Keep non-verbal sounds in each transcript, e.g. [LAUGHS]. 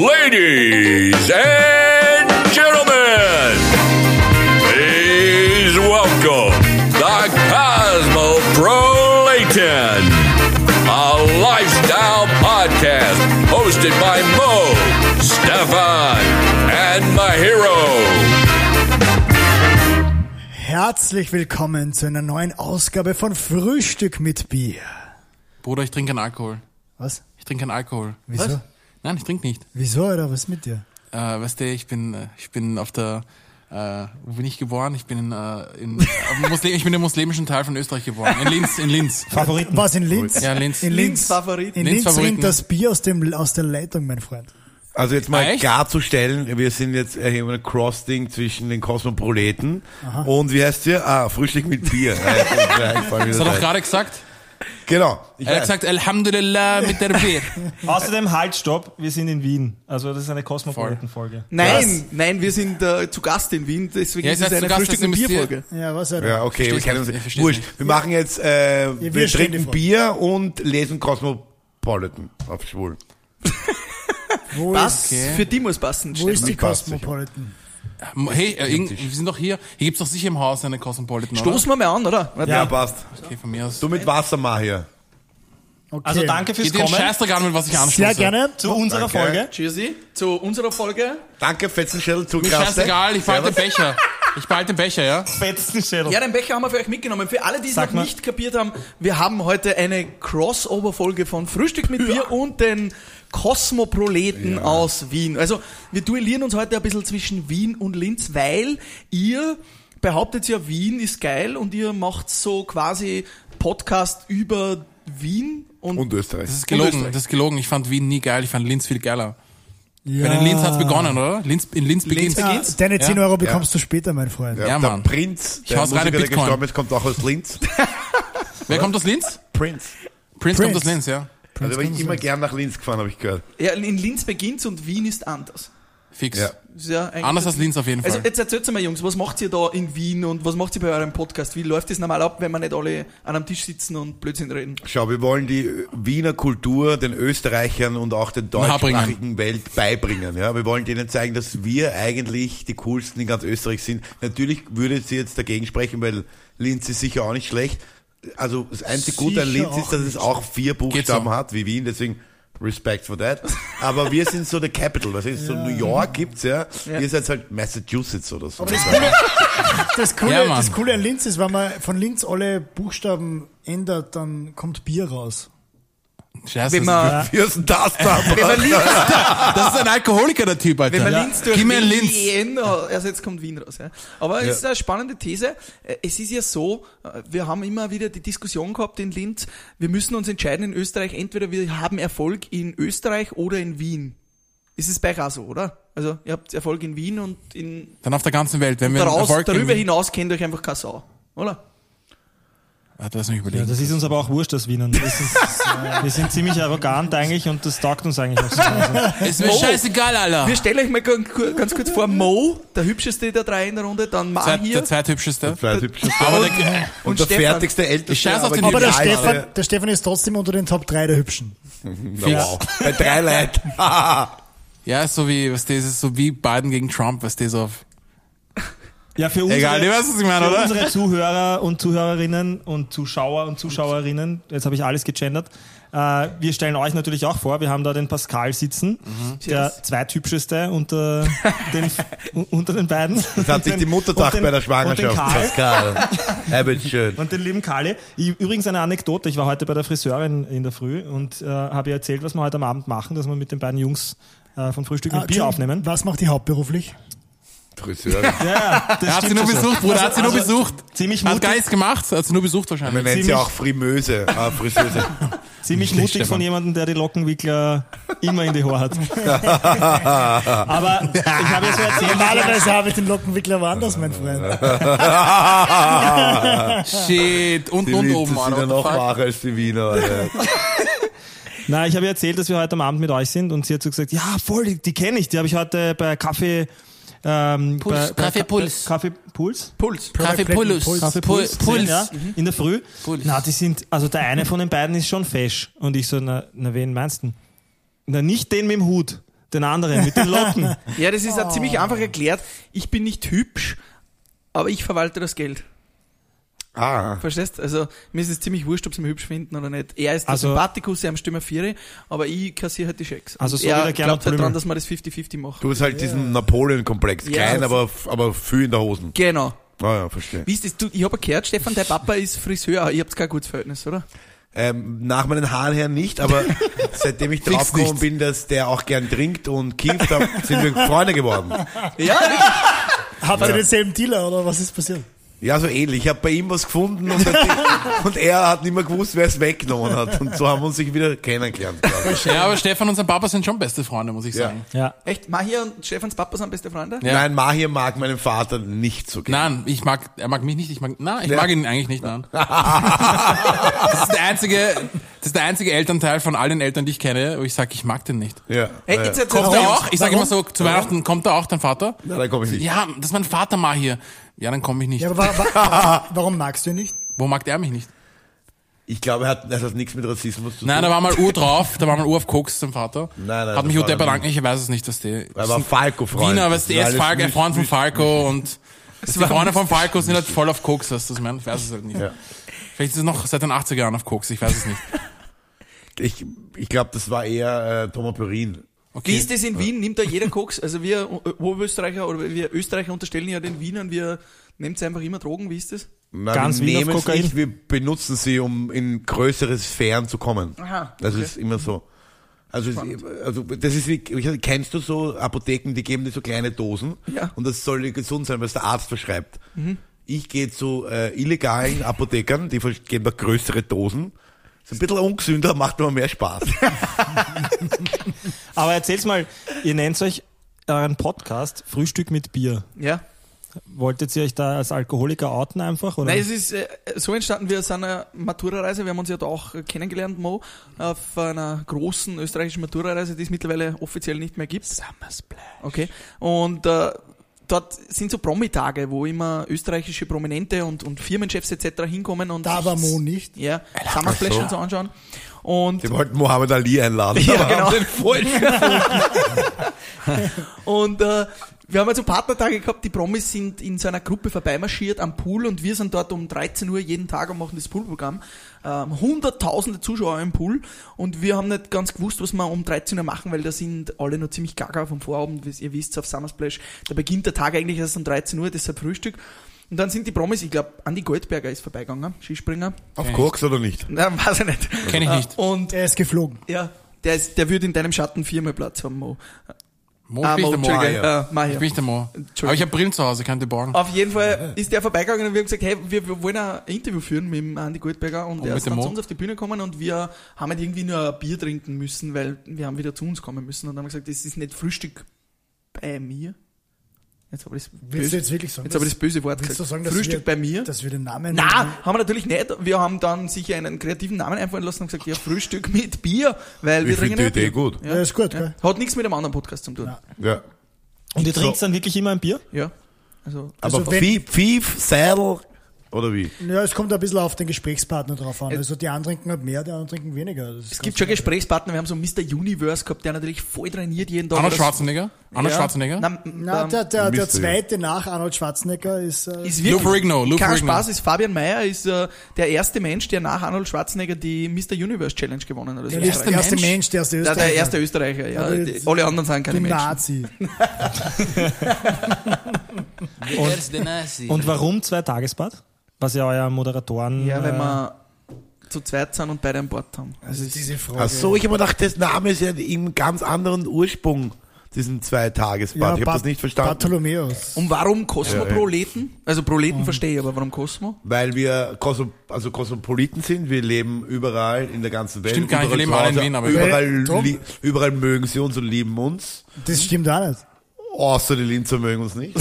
Ladies and gentlemen, please welcome the Cosmo Pro Layton, a lifestyle podcast hosted by Mo, Stefan, and Mahiro. Herzlich willkommen zu einer neuen Ausgabe von Frühstück mit Bier. Bruder, ich trinke keinen Alkohol. Was? Ich trinke keinen Alkohol. Wieso? Was? Nein, ich trinke nicht. Wieso, Alter? Was ist mit dir? Äh, weißt du, ich bin, äh, ich bin auf der, äh, wo bin ich geboren? Ich bin in, äh, in am Muslim, ich bin im muslimischen Teil von Österreich geboren. In Linz, [LAUGHS] in Linz. Favoriten. Was in Linz? Ja, Linz. In Linz, Linz-Favoriten. In Linz Linz-Favoriten. rinnt das Bier aus, dem, aus der Leitung, mein Freund. Also jetzt mal Ah, echt? klarzustellen, wir sind jetzt äh, hier ein Crossding zwischen den Kosmoproleten und wie heißt ihr? Ah, Frühstück mit [LAUGHS] Bier. Ja, ich Das hat er fang wieder Also doch rein. gerade gesagt. genau. Ich Er hat weiß. gesagt, Alhamdulillah mit der [LAUGHS] Bier. Außerdem halt, stopp, wir sind in Wien. Also das ist eine Kosmopolitan-Folge. Nein, nein, wir sind äh, zu Gast in Wien, deswegen Ja, ist ihr es seid eine zu Gast, Frühstück- deswegen und müsst ihr- Bierfolge. Ja, was, Alter? ja, okay, wir Versteh's kennen nicht, ich uns versteh's wurscht. nicht. Wir machen jetzt, äh, wir, wir stehen dir trinken vor. Bier und lesen Cosmopolitan auf Schwul. Wo Was ist, für die muss passen, wo ist Stefan. die passt sicher. Cosmopolitan? Hey, äh, irgend- wir sind doch hier. Hier gibt's doch sicher im Haus eine Cosmopolitan, Stoßen wir mal an, oder? Warte. Ja, passt. oder? Okay, von mir aus. Du mit Wasser mal hier. Okay. Also danke fürs Geht dir einen Kommen Scheißdreck an, mit was ich anstoße. Sehr gerne. zu unserer Danke. Folge. Cheersy zu unserer Folge. Oh. Danke, Fetzenschädel zu Mir scheißegal, ich behalte den Becher. Ich behalte den Becher, ja? Spätzenschädel. Ja, den Becher haben wir für euch mitgenommen. Für alle, die es Sag noch mal. nicht kapiert haben, wir haben heute eine Crossover-Folge von Frühstück mit Bier und den Kosmoproleten aus Wien. Also wir duellieren uns heute ein bisschen zwischen Wien und Linz, weil ihr behauptet ja, Wien ist geil und ihr macht so quasi Podcast über Wien und, Und Österreich. Das ist gelogen, Österreich. das ist gelogen. Ich fand Wien nie geil, ich fand Linz viel geiler. Ja. Weil in Linz hat's begonnen, oder? Linz, in Linz beginnt's. Ja, beginnt's? Ah, deine 10 Ja. Euro bekommst du später, mein Freund. ja, Ja, der Mann. Prinz, der hau's rein Musiker, in der Bitcoin. gestorben ist, kommt auch aus [LAUGHS] Linz. Wer kommt aus Linz? Prinz. Prince, kommt Prince. aus Linz, ja. Also bin ich immer gern nach Linz gefahren, habe ich gehört. ja, in Linz beginnt's und Wien ist anders. Fix. Ja. Das ist ja eigentlich- Anders als Linz auf jeden Fall. Also jetzt erzählt mal, Jungs, was macht ihr da in Wien und was macht ihr bei eurem Podcast? Wie läuft das normal ab, wenn wir nicht alle an einem Tisch sitzen und Blödsinn reden? Schau, wir wollen die Wiener Kultur den Österreichern und auch der deutschsprachigen Welt beibringen. Ja, wir wollen denen zeigen, dass wir eigentlich die coolsten in ganz Österreich sind. Natürlich würde sie jetzt dagegen sprechen, weil Linz ist sicher auch nicht schlecht. Also das einzige Gute an Sicher Linz auch ist, dass es auch vier Buchstaben hat wie Wien, deswegen Respect for that. Aber wir sind so the capital, was ist so New York gibt's ja. Ihr seid halt Massachusetts oder so. Das coole, Ja, Mann. das coole an Linz ist, wenn man von Linz alle Buchstaben ändert, dann kommt Bier raus. Scheiße. Wenn [LAUGHS] man, Hier ist denn das [LAUGHS] da? wenn man Linz, das ist ein Alkoholiker, der Typ, Alter. wenn man Linz durch Gib mir einen Linz. Wien, also jetzt kommt Wien raus. Ja. Aber es ist eine spannende These. Äh, Es ist ja so, äh, wir haben immer wieder die Diskussion gehabt in Linz, wir müssen uns entscheiden in Österreich, entweder wir haben Erfolg in Österreich oder in Wien. Ist es bei euch auch so, oder? Also ihr habt Erfolg in Wien und in Dann auf der ganzen Welt, wenn wir einen daraus, Erfolg darüber kriegen- hinaus kennt euch einfach keine Sau, oder? Warte, lass mich Ja, überlegen. das ist uns aber auch wurscht, das Wienern. [LAUGHS] Das ist, äh, wir sind ziemlich arrogant eigentlich und das taugt uns eigentlich auch so. Also, ist mir Oh. scheißegal, Alter. Wir stellen euch mal gan- ku- ganz kurz vor, Mo, der hübscheste der drei in der Runde, dann Ma Zweit, Ah, hier der zweithübscheste. Zwei hübsche Aber der, und der Stefan. fertigste, älteste. Ich scheiß auf den aber Aber der genialste. Stefan, der Stefan ist trotzdem unter den Top 3 der Hübschen. Wow. Bei drei Leuten. Ah, ja, ist so wie, was das ist so wie Biden gegen Trump, was das auf. ja, für unsere, Egal, du weißt, was ich meine, für oder? unsere Zuhörer und Zuhörerinnen und Zuschauer und Zuschauerinnen, jetzt habe ich alles gegendert, äh, wir stellen euch natürlich auch vor, wir haben da den Pascal sitzen, Mhm. der zweithübscheste unter [LAUGHS] den, unter den beiden. Das hat sich die Mutter gedacht bei der Schwangerschaft. Und den Karl. Pascal. Ja, bitte schön. Und den lieben Kali. Ich- Übrigens eine Anekdote. Ich war heute bei der Friseurin in der Früh und äh, habe ihr erzählt, was wir heute am Abend machen, dass wir mit den beiden Jungs äh, von Frühstück mit Ah, Bier aufnehmen. Was macht die hauptberuflich? Friseur. [LAUGHS] Ja, ja, das Er hat sie stimmt nur schon so. besucht, Bruder, hat sie nur Also, besucht. Ziemlich Hat mutig, gar nichts gemacht, hat sie nur besucht Man wahrscheinlich. nennt sie Ziemlich- auch Frimeuse. Ah, Friseuse. ziemlich Schlecht, mutig von Stefan. jemandem, der die Lockenwickler immer in die Haare hat. Aber ich habe ihr so erzählt, Normalerweise habe ich den Lockenwickler woanders, mein Freund. Shit, und, Die und Witze oben, sind ja Alter. what noch the fuck? wacher als die Wiener. Alter. Na, ich habe ihr erzählt, dass wir heute am Abend mit euch sind und sie hat so gesagt, ja, voll, die, die kenne ich, die habe ich heute bei Kaffee ähm, Puls, bei, bei Kaffee Puls. Kaffee Puls? Puls. Kaffee Puls. Kaffee Puls. Puls. Ja, Mhm. in der Früh. Puls. Na, die sind, also der eine von den beiden ist schon fesch. Und ich so, na, na wen meinst du? Na, nicht den mit dem Hut. den anderen mit den [LAUGHS] Locken. Ja, das ist auch ziemlich einfach erklärt. Ich bin nicht hübsch, aber ich verwalte das Geld. Ah. Verstehst? Also, mir ist es ziemlich wurscht, ob sie mich hübsch finden oder nicht. Er ist der Also- Sympathikus, er am Stürmer Viere, aber ich kassiere halt die Schecks. Also Und so wie er der Gernot glaubt halt dran, Blümel. dass man das 50-50 macht. Du hast halt diesen Napoleon-Komplex. Ja. Klein, aber, aber viel in der Hosen. Genau. Ah ja, verstehe. Wie ist das? Du, ich habe gehört, Stefan, dein Papa ist Friseur. Ihr habt kein gutes Verhältnis, oder? Ähm, nach meinen Haaren her nicht, aber seitdem ich draufgekommen nicht. bin, dass der auch gern trinkt und kifft, da sind wir Freunde geworden. Ja, Habt ihr denselben Dealer oder was ist passiert? Ja, so ähnlich. Ich habe bei ihm was gefunden und, er- und er hat nicht mehr gewusst, wer es weggenommen hat. Und so haben wir uns sich wieder kennengelernt. glaub ich. Ja, aber Stefan und sein Papa sind schon beste Freunde, muss ich Ja. sagen. Ja. echt? Mahir und Stefans Papa sind beste Freunde? Ja. Nein, Mahir mag meinen Vater nicht so gerne. Nein, ich mag, er mag mich nicht, ich mag, na, ich Ja. mag ihn eigentlich nicht, nein. [LAUGHS] das ist der einzige, das ist der einzige Elternteil von allen Eltern, die ich kenne, wo ich sage, ich mag den nicht. Ja. Hey, ja. jetzt, jetzt, Kommt er auch? Ich sage immer Warum? so, zu Weihnachten, kommt er auch, dein Vater? Na, da komme ich nicht. Ja, das ist mein Vater mal hier. Ja, dann komme ich nicht. Ja, aber wa wa [LAUGHS] warum magst du ihn nicht? Wo mag der mich nicht? Ich glaube, er hat, das hat nichts mit Rassismus zu Nein, tun. da war mal Uhr drauf, da war mal Uhr auf Koks, sein Vater. Nein, nein, Hat mich das war Udepp er bedankt, ich weiß es nicht, dass die. Er war Falco-Freund. Wiener, weißt du, er Das ist alles Falco, ein nicht- Freund von nicht- Falco und die war Freunde von Falco sind halt voll auf Koks, weißt du, was ich meine? Ich weiß es halt nicht. Ja. Vielleicht ist es noch seit den 80er Jahren auf Koks, ich weiß es nicht. Ich, ich glaube, das war eher äh, Thomas Perrin. Wie ist das in Wien? Nimmt da jeder Koks? Also wir äh, Oberösterreicher oder wir Österreicher unterstellen ja den Wienern, wir nehmt einfach immer Drogen. Wie ist das? Nein, Ganz wir Wien auf nehmen es Kokain. nicht, wir benutzen sie, um in größere Sphären zu kommen. Aha, Das okay. ist immer so. Also, es- also das ist wie, wie- kennst du so Apotheken, die geben dir so kleine Dosen Ja. und das soll dir gesund sein, was der Arzt verschreibt. Ich gehe zu äh, illegalen Apothekern, die vers- geben mir größere Dosen. Ist ein bisschen ungesünder, macht aber mehr [LAUGHS] Spaß. Aber erzähl's mal, ihr nennt euch euren Podcast Frühstück mit Bier. Ja. Wolltet ihr euch da als Alkoholiker outen einfach? Oder? Nein, es ist äh, so entstanden, wir sind einer Matura-Reise, wir haben uns ja da auch äh, kennengelernt, Mo, auf einer großen österreichischen Matura-Reise, die es mittlerweile offiziell nicht mehr gibt. Okay. Und äh, dort sind so Promitage, wo immer österreichische Prominente und, und Firmenchefs etc. hinkommen und Da war Mo nicht. ja, Summer Splash und so anschauen. Und Die wollten Mohammed Ali einladen. Ja, aber haben genau. den [LAUGHS] falschen. Und äh, wir haben also Partnertage gehabt, die Promis sind in so einer Gruppe vorbeimarschiert am Pool und wir sind dort um 13 Uhr jeden Tag und machen das Poolprogramm. Ähm, hunderttausende Zuschauer im Pool und wir haben nicht ganz gewusst, was wir um 13 Uhr machen, weil da sind alle noch ziemlich gaga vom Vorabend, wie ihr wisst, auf Summer Splash. Da beginnt der Tag eigentlich erst um 13 Uhr, deshalb Frühstück. Und dann sind die Promis, ich glaube, Andi Goldberger ist vorbeigegangen, Skispringer. Auf Koks oder nicht? Na, weiß ich nicht. Kenn ich nicht. Äh, Und Er ist geflogen. ja, der, ist, der würde in deinem Schatten viermal Platz haben, Mo. Mo, Ah, bin ich Mo, der Mo. Entschuldige, Ah, äh, Mario. Ich bin ich der Mo. Entschuldigung. Aber ich habe Brillen zu Hause, kann die borgen. Auf jeden Fall ist der vorbeigegangen und wir haben gesagt, hey, wir, wir wollen ein Interview führen mit dem Andi Goldberger und, er mit ist dem dann zu Mo? uns auf die Bühne gekommen und wir haben halt irgendwie nur ein Bier trinken müssen, weil wir haben wieder zu uns kommen müssen und haben gesagt, das ist nicht Frühstück bei mir. Jetzt habe ich das Willst du böse, jetzt wirklich sagen? jetzt habe ich das böse Wort willst gesagt. du sagen, dass Frühstück wir, bei mir? Dass wir den Namen. Na, haben wir natürlich nicht. Wir haben dann sicher einen kreativen Namen einfallen lassen und gesagt, ja, Frühstück mit Bier, weil wir Ich trinken finde die ja Bier. Idee gut. Ja, ist gut, gell? Hat nichts mit dem anderen Podcast zu tun. Ja. Ja. Und ihr trinkt dann wirklich immer ein Bier? Ja. Also, Aber Also wenn- Pfiff, Pfiff, Seidel oder wie? Ja, es kommt ein bisschen auf den Gesprächspartner drauf an. Also die einen trinken halt mehr, die anderen trinken weniger. Das ist es ganz gibt schon normal. Gesprächspartner, wir haben so einen Mr. Universe gehabt, der natürlich voll trainiert jeden Tag. Arnold Das- Schwarzenegger? Arnold Schwarzenegger? Na, Na, der, der der, der Mist, ja. zweite nach Arnold Schwarzenegger ist. Äh, ist Lou wirklich, Ferrigno, Lou kein Ferrigno. Spaß, ist Fabian Mayer ist äh, der erste Mensch, der nach Arnold Schwarzenegger die Mr. Universe Challenge gewonnen hat. Also der erste, erste Mensch, der erste Der, Österreicher. der erste Österreicher, ja. Aber Die- jetzt- Alle anderen sind keine Die Menschen. [LAUGHS] Nazi. Also Und warum zwei Tagesbad? Was ja euer Moderatoren. Ja, wenn äh, wir zu zweit sind und beide an Bord haben. Also diese Frage. Ach so, ich habe mir gedacht, das Name ist ja im ganz anderen Ursprung, diesen Zweitagesbad. ich habe das Bart- nicht verstanden. Bartholomäus. Und warum Kosmoproleten? Also Proleten verstehe ich, aber warum Kosmo? Weil wir Kosmo, also Kosmopoliten sind, wir leben überall in der ganzen Welt. Stimmt gar nicht, wir leben überall zu alle in Hause, Wien, aber- Äh, überall, drum. li- überall mögen sie uns und lieben uns. Das stimmt auch nicht. Außer die Linzer mögen uns nicht.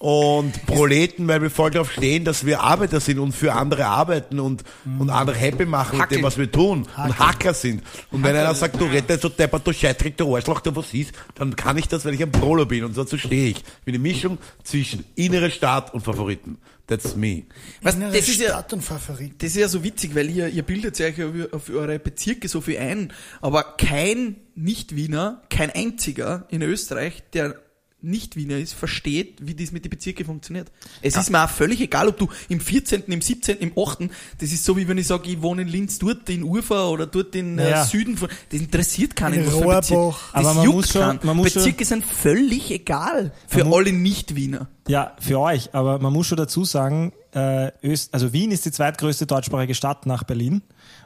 und Proleten, weil wir voll darauf stehen, dass wir Arbeiter sind und für andere arbeiten und, und andere happy machen mit Hackel. dem, was wir tun und Hacker sind. Und wenn einer sagt, du rettest so deppert, du Scheitrick, du Arschloch, du was ist, dann kann ich das, weil ich ein Prolo bin und dazu stehe ich. Ich bin eine Mischung zwischen innerer Staat und Favoriten. That's me. Weißt, Innere das ist ja, Stadt und Favorit. Das ist ja so witzig, weil ihr, ihr bildet euch ja auf eure Bezirke so viel ein, aber kein Nicht-Wiener, kein einziger in Österreich, der Nicht-Wiener ist, versteht, wie das mit den Bezirken funktioniert. Es ist mir auch völlig egal, ob du im 14., im 17., im 8., das ist so wie wenn ich sage, ich wohne in Linz, dort in Ufer oder dort in Naja. äh, Süden von, das interessiert keinen. In was für ein Bezirk- Rohrbach. Das Aber man juckt muss schon- keinen. man muss schon- Bezirke sind völlig egal für Man mu- alle Nicht-Wiener. Ja, für euch, aber man muss schon dazu sagen, äh, Öst, also Wien ist die zweitgrößte deutschsprachige Stadt nach Berlin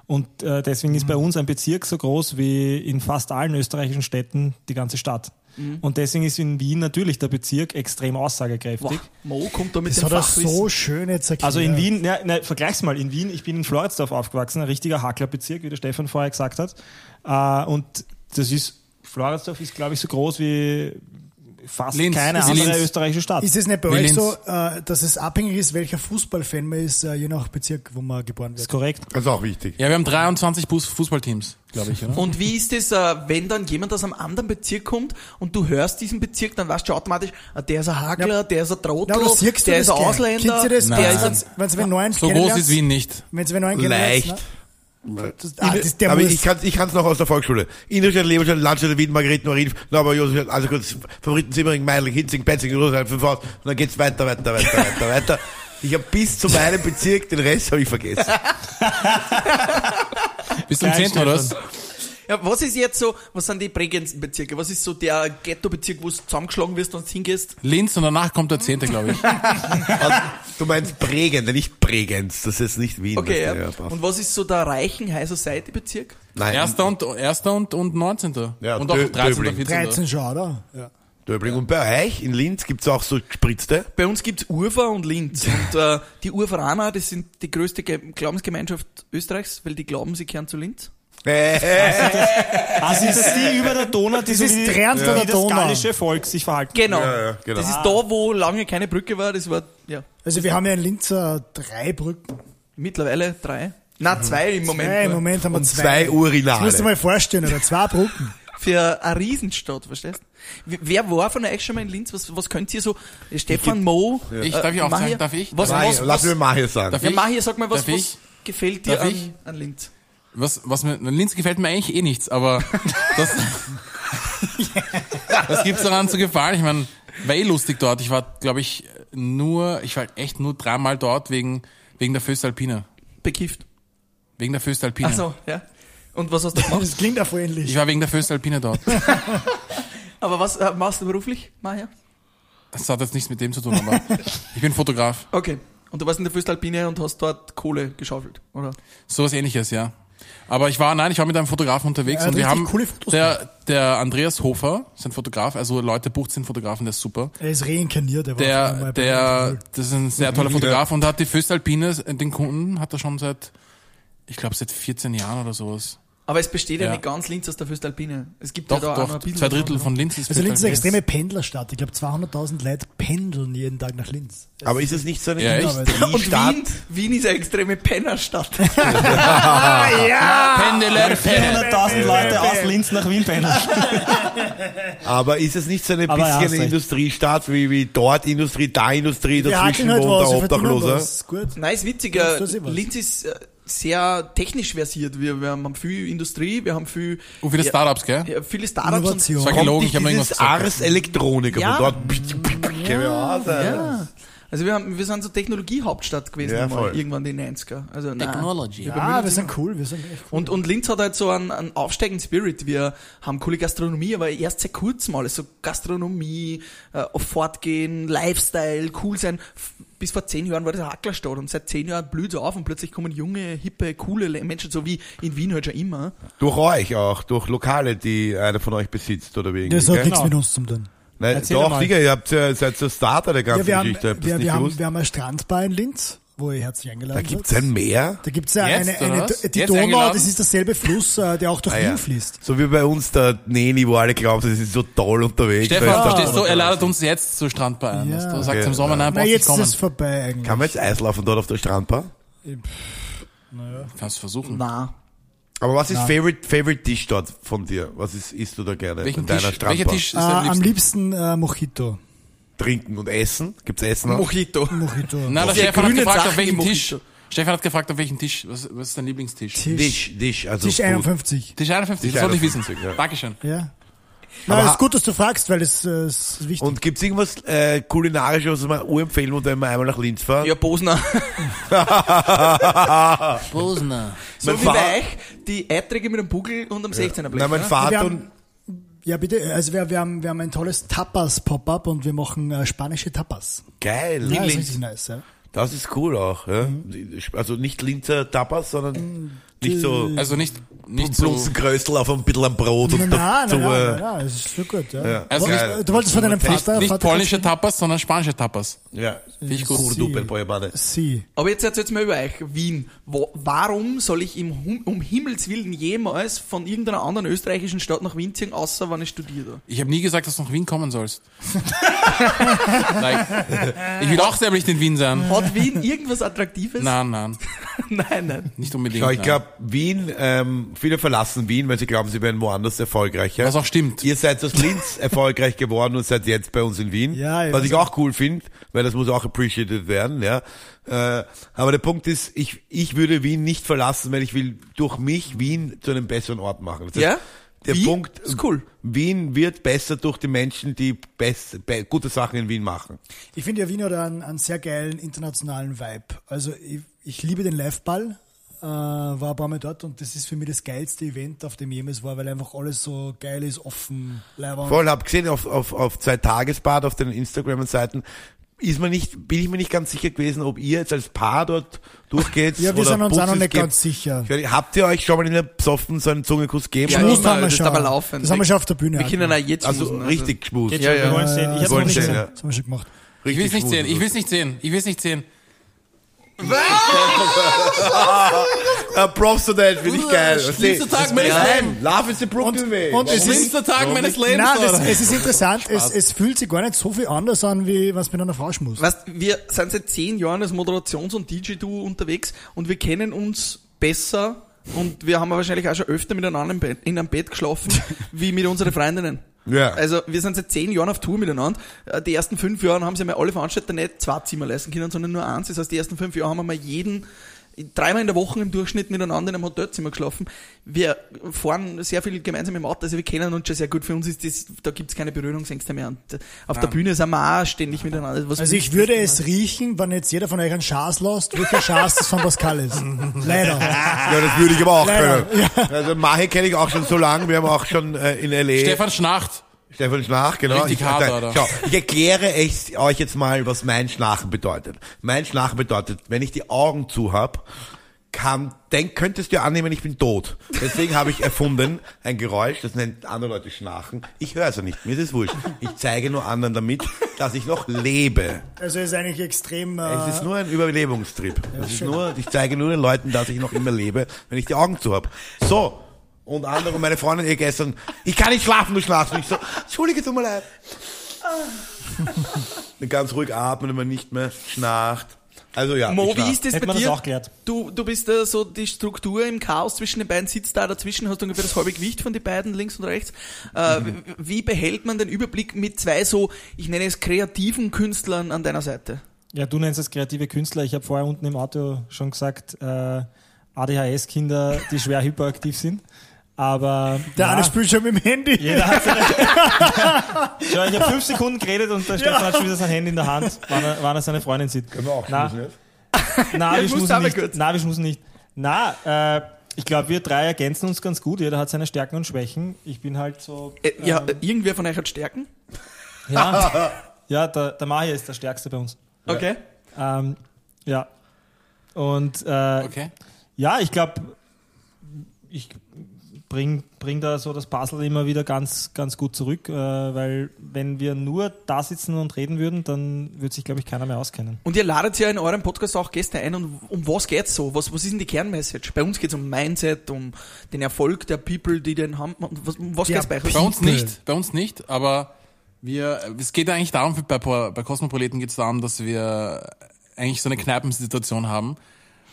und äh, deswegen ist bei Mhm. uns ein Bezirk so groß wie in fast allen österreichischen Städten die ganze Stadt. Mhm. Und deswegen ist in Wien natürlich der Bezirk extrem aussagekräftig. Wow, Mo kommt da mit Das dem hat er Fachwissen. so schön jetzt erklärt. Also in Wien, ne, ne, vergleich's mal, in Wien, ich bin in Floridsdorf aufgewachsen, ein richtiger Hacklerbezirk, wie der Stefan vorher gesagt hat. Äh, und das ist, Floridsdorf ist, glaube ich, so groß wie fast Linz. keine Ist andere Linz. österreichische Stadt. Ist es nicht bei Wie euch Linz. so, äh, dass es abhängig ist, welcher Fußballfan man ist, äh, je nach Bezirk, wo man geboren ist wird? korrekt. Das ist auch wichtig. Ja, wir haben 23 Bus- Fußballteams, glaube ich, oder? Und wie ist es, äh, wenn dann jemand aus einem anderen Bezirk kommt und du hörst diesen Bezirk, dann weißt du automatisch, ah, der ist ein Hagler, Ja. der ist ein Trottel, Na, oder siehst du der das ist ein gleich? Ausländer, Kennst du das? Nein. der ist ein, Wenn du wen neuen So groß ist Wien nicht. Wenn du wen neuen Leicht. kennenlernst, ne? Das- Ah, das, der aber muss, ich kann ich kann's noch aus der Volksschule. Innenstadt, Leberstadt, Landstadt, Wien, Margret, Norin, Norbert, Josef, also kurz, Favoriten, Simmering, Meidling, Hitzing, Petzing, Rosenheim, Fünfhaus, und dann geht's weiter, weiter, weiter, weiter, weiter. Ich habe bis zu meinem Bezirk, den Rest habe ich vergessen. Bis zum Geil, 10. oder was? Stefan. ja, was ist jetzt so, was sind die prägendsten Bezirke? Was ist so der Ghetto-Bezirk, wo du zusammengeschlagen wirst und hingehst? Linz und danach kommt der 10. glaube ich. Also, du meinst Bregenz, nicht Bregenz, das ist nicht Wien. Okay, ja. das- passt. Und was ist so der reichen High Society-Bezirk? Nein, Erster und, erster und, und 19. Ja, und auch Dö- 13. Döbling. 14. 13 schon, oder? Ja. Döbling. Und bei euch in Linz gibt's auch so [LAUGHS] gespritzte. Bei uns gibt's Urfa und Linz. Und äh, die Urferaner, das sind die größte Ge Glaubensgemeinschaft Österreichs, weil die glauben, sie kehren zu Linz. Äh, Ah, sind das die über der Donau, die so ist wie, Trient oder wie das Donau. gallische Volk sich verhalten? Genau. Ja, ja, genau. Das ist da, wo lange keine Brücke war, das war, ja. Also wir haben ja in Linzer drei Brücken. Mittlerweile drei. Na, zwei im Moment. Hey, Im nur. Moment haben wir und zwei. Um zwei Das musst du Urinale. mal vorstellen, oder? Zwei Brücken. Für eine Riesenstadt, verstehst du? Wer war von euch schon mal in Linz? Was, was könnt ihr so? Stefan, Mo, Ich- darf ich auch Mahir? sagen? Darf ich? Was, Mario, was, was, Lass mir Mario sagen. Darf ja, ich? Mahir, sag mal, was, Darf ich? was gefällt dir Darf an, ich? an Linz? Was, was mir, Linz gefällt mir eigentlich eh nichts, [LAUGHS] aber das, was gibt's daran zu gefallen? Ich meine, war eh lustig dort. Ich war, glaube ich, nur, ich war echt nur dreimal dort wegen, wegen der Föstalpine. Bekifft. Wegen der Föstalpine. Ach so, ja. Und was hast [LAUGHS] du gemacht? Das klingt auch voll ähnlich. Ich war wegen der Föstalpine dort. Aber was äh, machst du beruflich, Mahir? Das hat jetzt nichts mit dem zu tun, aber ich bin Fotograf. Okay. Und du warst in der Fürstalpine und hast dort Kohle geschaufelt, oder? Sowas ähnliches, ja. Aber ich war, nein, ich war mit einem Fotografen unterwegs Er hat und wir richtig haben, coole Fotos der, der Andreas Hofer, ist ein Fotograf, also Leute bucht sind Fotografen, der ist super. Er ist reinkarniert. Er war schon Der, mal bei der, Liverpool. das ist ein sehr toller Fotograf und hat die Föstalpine, äh, den Kunden hat er schon seit, ich glaube seit 14 Jahren oder sowas. Aber es besteht ja, Ja. nicht ganz Linz aus der Fürstalpine. Es gibt Doch, ja da auch noch ne? doch, ein bisschen. zwei Drittel von Linz ist Also Linz ist eine Föstalpine. extreme Pendlerstadt. Ich glaube, 200.000 Leute pendeln jeden Tag nach Linz. Aber ist es nicht so eine Ja, [LAUGHS] Und Industriestadt? Wien, Wien ist eine extreme Pennerstadt. Ah, Pendler, Pendler. 400.000 Leute aus Linz nach [LAUGHS] Wien pendeln. Aber ist es nicht so ein Aber ja, hast bisschen recht. eine Industriestaat wie, wie dort Industrie, da Industrie, Wir hakeln dazwischen halt wohnt der wir verdienen Obdachloser? was. Gut. Nein, ist witzig. Ja, äh, das ist eh was. Linz ist äh, sehr technisch versiert. Wir, wir haben viel Industrie, wir haben viel. Und viele ja, Startups, gell? Ja, viele Startups. Innovation. Das war Kommt gelogen, nicht ich habe irgendwas dieses gesagt. Ars Elektroniker Ja. von dort. Psch, psch, psch, Geh mir aus, Und, ey. ja. Also wir, haben, wir sind so Technologiehauptstadt gewesen Ja, mal, voll. irgendwann in den 90er. Also, nein. Technology. Ah, wir sind cool. Wir sind echt cool. Und, und Linz hat halt so einen, einen aufsteigenden Spirit. Wir haben coole Gastronomie, aber erst seit kurzem alles. So Gastronomie, äh, auf Fortgehen, Lifestyle, cool sein. F- Bis vor zehn Jahren war das eine Hacklerstadt und seit zehn Jahren blüht es auf und plötzlich kommen junge, hippe, coole Le- Menschen, so wie in Wien halt schon immer. Durch euch auch, durch Lokale, die einer von euch besitzt oder wegen. Das hat Genau. nichts mit uns zu tun. Nein, Erzähl doch, mal. Digga, ihr habt, äh, seid so Starter der ganzen Ja, wir, haben, Geschichte, habt das wir, nicht wir, haben, gewusst. wir haben eine Strandbar in Linz, wo wo ihr herzlich eingeladen seid. Da gibt's ein Meer. Da gibt's ja Jetzt, eine, oder eine was? die Jetzt Donau, eingeladen? das ist derselbe Fluss, äh, der auch durch Ah, Wien ja. fließt. So wie bei uns der Neni, wo alle glauben, das ist so toll unterwegs. Stefan, Da ist der- verstehst du, er ladet uns jetzt zur Strandbar ein. Ja. weißt Du sagst Okay. im Sommer, nein, Na, brauchst jetzt nicht ist kommen. es vorbei eigentlich. Kann man jetzt Eislaufen dort auf der Strandbar? Kannst versuchen. Na, Aber was ist favorite, favorite Tisch dort von dir? Was ist, isst du da gerne Welchen in deiner Tisch, Strandbar? welcher Tisch ist äh, Ah, am am liebsten? liebsten äh, Mojito. Trinken und Essen? Gibt's Essen auch? Mojito. [LAUGHS] Mojito. Nein, der Welche Stefan hat grünen gefragt, auf Sachen welchen im Tisch. Mojito? Stefan hat gefragt, auf welchen Tisch. Was, was ist dein Lieblingstisch? Tisch, Tisch, Tisch, also. Tisch Food. 51. Tisch 51, das sollte ich wissen. 51, ja. Dankeschön. Ja. Na, Aber ist gut, dass du fragst, weil es äh, ist wichtig. Und gibt's irgendwas äh, kulinarisches, was man urempfehlen würde, wenn man einmal nach Linz fährt? [LAUGHS] Ja, Bosner. Bosner. So Mein wie Fa- bei euch, die Eiträge mit dem Buckel und am 16er Blech. Nein, mein ne? wir Vater und haben, ja, bitte. Also wir, wir, haben, wir haben ein tolles Tapas-Pop-Up und wir machen äh, spanische Tapas. geil. Ja, ist Linz. richtig nice. Ja. Das ist cool auch. Ja? Also nicht Linzer Tapas, sondern Mm, nicht so Also nicht, nicht so. bloß ein Krösel auf ein bisschen am Brot und Nein, nein, dazu. nein, nein, äh, nein, es ist so gut. Ja. Ja. Also Wolltest- nicht- du wolltest von deinem nicht- Vater... Nicht Vater polnische Tapas, sondern spanische Tapas. Ja, Finde ich gut. Kurdupe, Bäuermann. Sie. Aber jetzt erzählt mir über euch, Wien. Wo, warum soll ich im, Hum- um Himmels Willen jemals von irgendeiner anderen österreichischen Stadt nach Wien ziehen, außer wenn ich studiere? Ich habe nie gesagt, dass du nach Wien kommen sollst. [LAUGHS] Nein. Ich will auch selber nicht in Wien sein. Hat Wien irgendwas Attraktives? Nein, nein, [LAUGHS] nein, nein. nicht unbedingt. Ja, ich nein. glaube, Wien, ähm, viele verlassen Wien, weil sie glauben, sie werden woanders erfolgreicher. Was auch stimmt. Ihr seid aus Linz erfolgreich geworden und seid jetzt bei uns in Wien. Ja, ja. was ich auch cool finde, weil das muss auch appreciated werden, ja. Äh, aber der Punkt ist, ich, ich würde Wien nicht verlassen, weil ich will durch mich Wien zu einem besseren Ort machen. Das Ja? Der Wien Punkt, ist cool. Wien wird besser durch die Menschen, die best, be, gute Sachen in Wien machen. Ich finde ja Wien hat einen, einen sehr geilen internationalen Vibe. Also ich, ich liebe den Liveball, äh, war ein paar Mal dort und das ist für mich das geilste Event, auf dem ich jemals war, weil einfach alles so geil ist, offen, Leibwand. Voll, hab gesehen auf, auf, auf zwei Tagesbad auf den Instagram-Seiten. Ist man nicht, bin ich mir nicht ganz sicher gewesen, ob ihr jetzt als Paar dort [LAUGHS] durchgeht. Ja, wir oder sind uns auch noch Buses nicht gibt. ganz sicher. Ich weiß nicht, Habt ihr euch schon mal in der Psoffen so einen Zungenkuss gegeben? Ja, Schmusen immer, haben wir das schon. darf man laufen. Das haben wir schon auf der Bühne. Wir können auch jetzt also schmusen, richtig geschmust. Geht schon, wir wollen sehen. Ich äh, das, haben hab's noch wollen nicht wir sehen, schon, gesehen. ja. das haben wir schon gemacht. Ich will es nicht sehen, ich will will es nicht sehen, ich will es nicht sehen. Äh, Props to that, finde ich äh, geil. Schlimmster Tag meines Lebens. Nein, love is the Brooklyn Way. und es ist- Schlimmster Tag meines Lebens. Nein, das, Alter. es ist interessant, es, es fühlt sich gar nicht so viel anders an, wie was mit einer Frau schmust. Weißt, wir sind seit zehn Jahren als Moderations- und DJ-Duo unterwegs und wir kennen uns besser und wir haben wahrscheinlich auch schon öfter miteinander im Bett, in einem Bett geschlafen, wie mit unseren Freundinnen. Ja. Also wir sind seit zehn Jahren auf Tour miteinander. Äh, Die ersten fünf Jahre haben sie mir alle Veranstalter nicht zwei Zimmer leisten können, sondern nur eins. Das heißt, die ersten fünf Jahre haben wir mal jeden dreimal in der Woche im Durchschnitt miteinander in einem Hotelzimmer geschlafen. Wir fahren sehr viel gemeinsam im Auto, also wir kennen uns schon sehr gut. Für uns ist das, da gibt's keine Berührungsängste mehr. Und äh, auf der Bühne sind wir auch ständig miteinander. Was Also ich würde es riechen, wenn jetzt jeder von euch einen Schaß lässt, welcher Schaß das von Pascal ist. Leider. Ja, das würde ich aber auch Leider, können. Also Mahe kenne ich auch schon so lange. Wir haben auch schon äh, in L.A. Stefan Schnacht. Stefan Schnarch, genau. Richtig ich, hart, nein, Alter. Schau, ich erkläre echt, euch jetzt mal, was mein Schnarchen bedeutet. Mein Schnarchen bedeutet, wenn ich die Augen zu hab, kann, denk, könntest du annehmen, ich bin tot. Deswegen habe ich erfunden, ein Geräusch, das nennt andere Leute Schnarchen. Ich höre es ja nicht, mir ist es wurscht. Ich zeige nur anderen damit, dass ich noch lebe. Also es ist eigentlich extrem. Äh, Es ist nur ein Überlebungstrip. Das ist nur, ich zeige nur den Leuten, dass ich noch immer lebe, wenn ich die Augen zu habe. So. Und andere, meine Freundin, ihr gestern, ich kann nicht schlafen, du schlafst nicht. So, Entschuldige, tut mir leid. Dann Ganz ruhig atmen, wenn man nicht mehr schnarcht. Also ja. ich Mo, schnarch. wie ist das Hätte bei man dir? das auch geklärt. Du, du bist da so die Struktur im Chaos zwischen den beiden, sitzt da dazwischen, hast ungefähr das halbe Gewicht von den beiden, links und rechts. Äh, w- Wie behält man den Überblick mit zwei so, ich nenne es kreativen Künstlern an deiner Seite? Ja, du nennst es kreative Künstler. Ich habe vorher unten im Auto schon gesagt, äh, ADHS-Kinder, die schwer hyperaktiv sind. Aber der ja, eine spielt schon mit dem Handy. jeder hat seine Schau, ich habe fünf Sekunden geredet und der Stefan hat schon wieder sein Handy in der Hand, wann er, wann er seine Freundin sieht. Können wir auch ne? schmusen jetzt? Nein, wir ich muss schmusen aber nicht. kurz. Nein, wir schmusen nicht. Nein, äh, ich glaube, wir drei ergänzen uns ganz gut. Jeder hat seine Stärken und Schwächen. Ich bin halt so... Äh, ja, äh, irgendwer von euch hat Stärken? Ja, ja der, der Mario ist der Stärkste bei uns. Okay. Ähm, ja. Und äh, Okay. ja, ich glaube, ich bringe bring da so das Puzzle immer wieder ganz, ganz gut zurück, äh, weil wenn wir nur da sitzen und reden würden, dann würde sich, glaube ich, keiner mehr auskennen. Und ihr ladet ja in eurem Podcast auch Gäste ein und um was geht's so? Was, was ist denn die Kernmessage? Bei uns geht's um Mindset, um den Erfolg der People, die den haben. Was, um was Ja, geht's bei euch? Pe- Bei uns People. nicht, bei uns nicht, aber wir, es geht eigentlich darum, bei, bei Cosmopoliten geht es darum, dass wir eigentlich so eine Kneipensituation haben,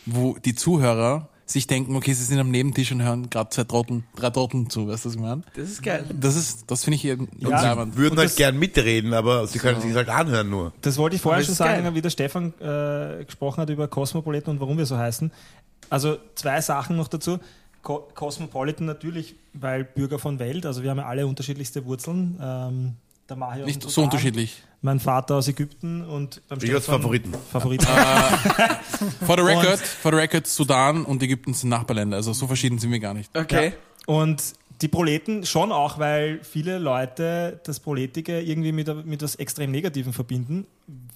wo die Zuhörer sich denken, okay, sie sind am Nebentisch und hören gerade zwei Trotteln, drei Trotteln zu, weißt du, was ich meine? Das ist geil. Das ist, das finde ich eben leibend. Würden Und halt das- gern mitreden, aber sie können sich halt anhören nur. Das wollte ich vorher Aber schon das ist sagen, geil. wie der Stefan äh, gesprochen hat über Cosmopolitan und warum wir so heißen. Also zwei Sachen noch dazu. Co Cosmopolitan natürlich, weil Bürger von Welt, also wir haben ja alle unterschiedlichste Wurzeln. Ähm, der Mario aus Nicht dem so Sudan, unterschiedlich. Mein Vater aus Ägypten und beim Ich als Favoriten. Favoriten. For the record, for the record, Sudan und Ägypten sind Nachbarländer, also so verschieden sind wir gar nicht. Okay. Und die Proleten schon auch, weil viele Leute das Proletige irgendwie mit, mit was extrem Negativem verbinden,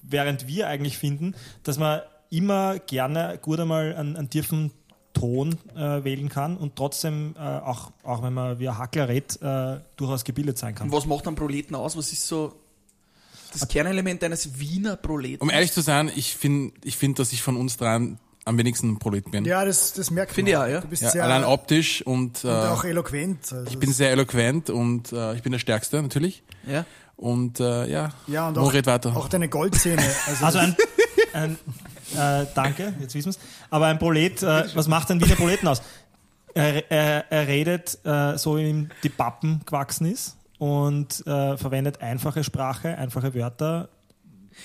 während wir eigentlich finden, dass man immer gerne gut einmal einen, einen tiefen Ton äh, wählen kann und trotzdem, äh, auch, auch wenn man wie ein Hackler redet, äh, durchaus gebildet sein kann. Und was macht einen Proleten aus? Was ist so das Kernelement eines Wiener Proleten? Um ehrlich zu sein, ich finde, ich finde, dass ich von uns dreien am wenigsten Prolet bin. Ja, das, das merkt Finde man. ich auch, ja. Du bist Ja, sehr allein optisch und, äh, und auch eloquent. Also ich bin sehr eloquent und äh, ich bin der Stärkste natürlich. ja. Und äh, ja, ja, und Mo, auch, red weiter. auch deine Goldzähne. Also, Also ein, ein äh, danke, jetzt wissen wir's. Aber ein Prolet, äh, was macht ein Wiener Proleten aus? Er, er, er redet äh, so, wie ihm die Pappen gewachsen ist und äh, verwendet einfache Sprache, einfache Wörter,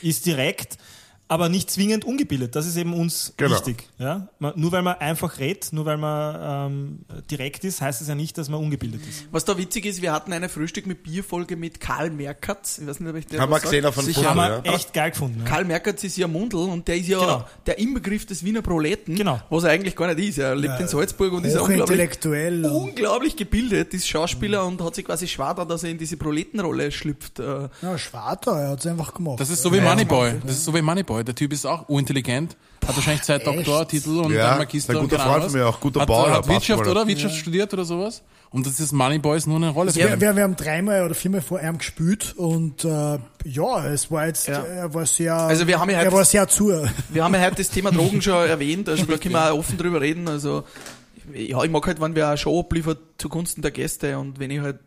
ist direkt, aber nicht zwingend ungebildet. Das ist eben uns Genau. wichtig. Ja? Man, nur weil man einfach redet, nur weil man ähm, direkt ist, heißt es ja nicht, dass man ungebildet ist. Was da witzig ist, wir hatten eine Frühstück mit Bierfolge mit Karl Merkatz. Ich weiß nicht, ob ich der Haben wir was sagt. gesehen auf einem Sicher Foto, Haben wir ja. echt geil gefunden. Ja? Karl Merkatz ist ja Mundel und der ist ja Genau. der Inbegriff des Wiener Proleten, Genau. was er eigentlich gar nicht ist. Er lebt in Salzburg und ist ein unglaublich, hochintellektuell. und- unglaublich gebildet, ist Schauspieler und hat sich quasi schwader, dass er in diese Proletenrolle schlüpft. Äh, Ja, Schwarter, er hat's einfach gemacht. Das ist so wie Moneyboy. Das ist so wie Moneyboy. Der Typ ist auch urintelligent, hat wahrscheinlich zwei Doktortitel und Ja, dann Magister. ist ein und guter keine Ahnung Freund was. von mir, auch guter hat, Bauer, Hat Wirtschaft, Basketballer. oder? Wirtschaft studiert oder sowas. Und das ist Moneyboy ist nur eine Rolle. für Also Wir, ihn. wir, wir haben dreimal oder viermal vor ihm gespielt und äh, ja, es war jetzt, Ja. er war sehr, Also wir haben ja er heute- war sehr zu. wir haben ja heute das Thema Drogen schon erwähnt, also da können wir auch offen drüber reden. Also ja, ich mag halt, wenn wir eine Show abliefert zugunsten der Gäste und wenn ich halt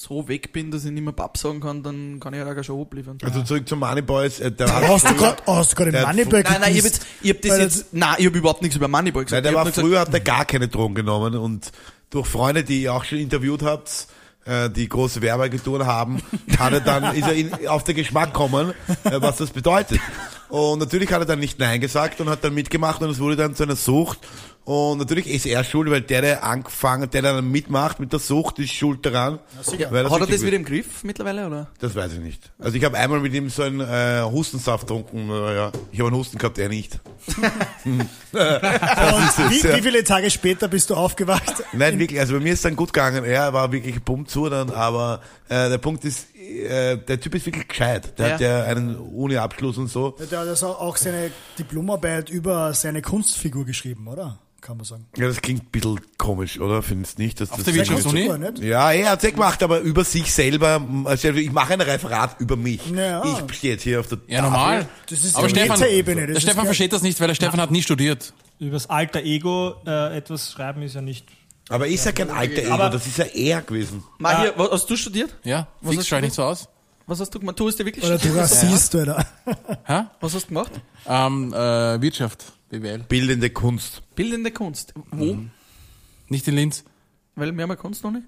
so weg bin, dass ich nicht mehr Papp sagen kann, dann kann ich halt auch keine Show abliefern. Also zurück zu Money Boys. Äh, der hat [LAUGHS] Hast du früher- gerade, hast du gerade Der den hat- Moneybag Nein, nein, ich habe gedisst? hab das Weil jetzt, nein, ich habe überhaupt nichts über Moneyball gesagt. Nein, der ich hab war nur früher, hat er gar keine Drogen genommen und durch Freunde, die ihr auch schon interviewt habt, äh, die große Werbeagenturen haben, [LAUGHS] hat er dann, ist er in, auf den Geschmack gekommen, äh, was das bedeutet. Und natürlich hat er dann nicht Nein gesagt und hat dann mitgemacht und es wurde dann zu einer Sucht. Und natürlich ist er schuld, weil der, der angefangen, der dann mitmacht mit der Sucht, ist schuld daran. Ja, weil hat er süchtig das wird. wieder im Griff mittlerweile, oder? Das weiß ich nicht. Also ich habe einmal mit ihm so einen äh, Hustensaft getrunken. Äh, ja. Ich habe einen Husten gehabt, er nicht. Und wie, ja. wie viele Tage später bist du aufgewacht? [LAUGHS] Nein, wirklich, also bei mir ist dann gut gegangen. Er war wirklich pumpt zu dann, aber äh, der Punkt ist, äh, der Typ ist wirklich gescheit. Der Ja. hat ja einen Uni-Abschluss und so. Der hat also auch seine Diplomarbeit über seine Kunstfigur geschrieben, oder? Kann man sagen. Ja, das klingt ein bisschen komisch, oder? Findest nicht? Dass das der Wirtschaftsuni? Uni? Super, nicht? Ja, er hat's eh gemacht, aber über sich selber. Also ich mache ein Referat über mich. Ja. Ich stehe jetzt hier auf der ja, normal. Das ist Aber die Stefan, Metaebene, das der ist Stefan geil. versteht das nicht, weil der Stefan hat nie studiert. Über das alter Ego äh, etwas schreiben ist ja nicht. Aber ist ja kein alter Ego, Aber- das ist ja er gewesen. Mal hier, was, hast du studiert? Ja, Was fix hast schau du nicht so aus. Was hast du gemacht? Du hast ja wirklich Oder du studiert. Rassist, oder? Hä? Was hast du gemacht? Ähm, äh, Wirtschaft, BWL. Bildende Kunst. Bildende Kunst. Wo? Nicht in Linz. Weil wir haben ja Kunst noch nicht.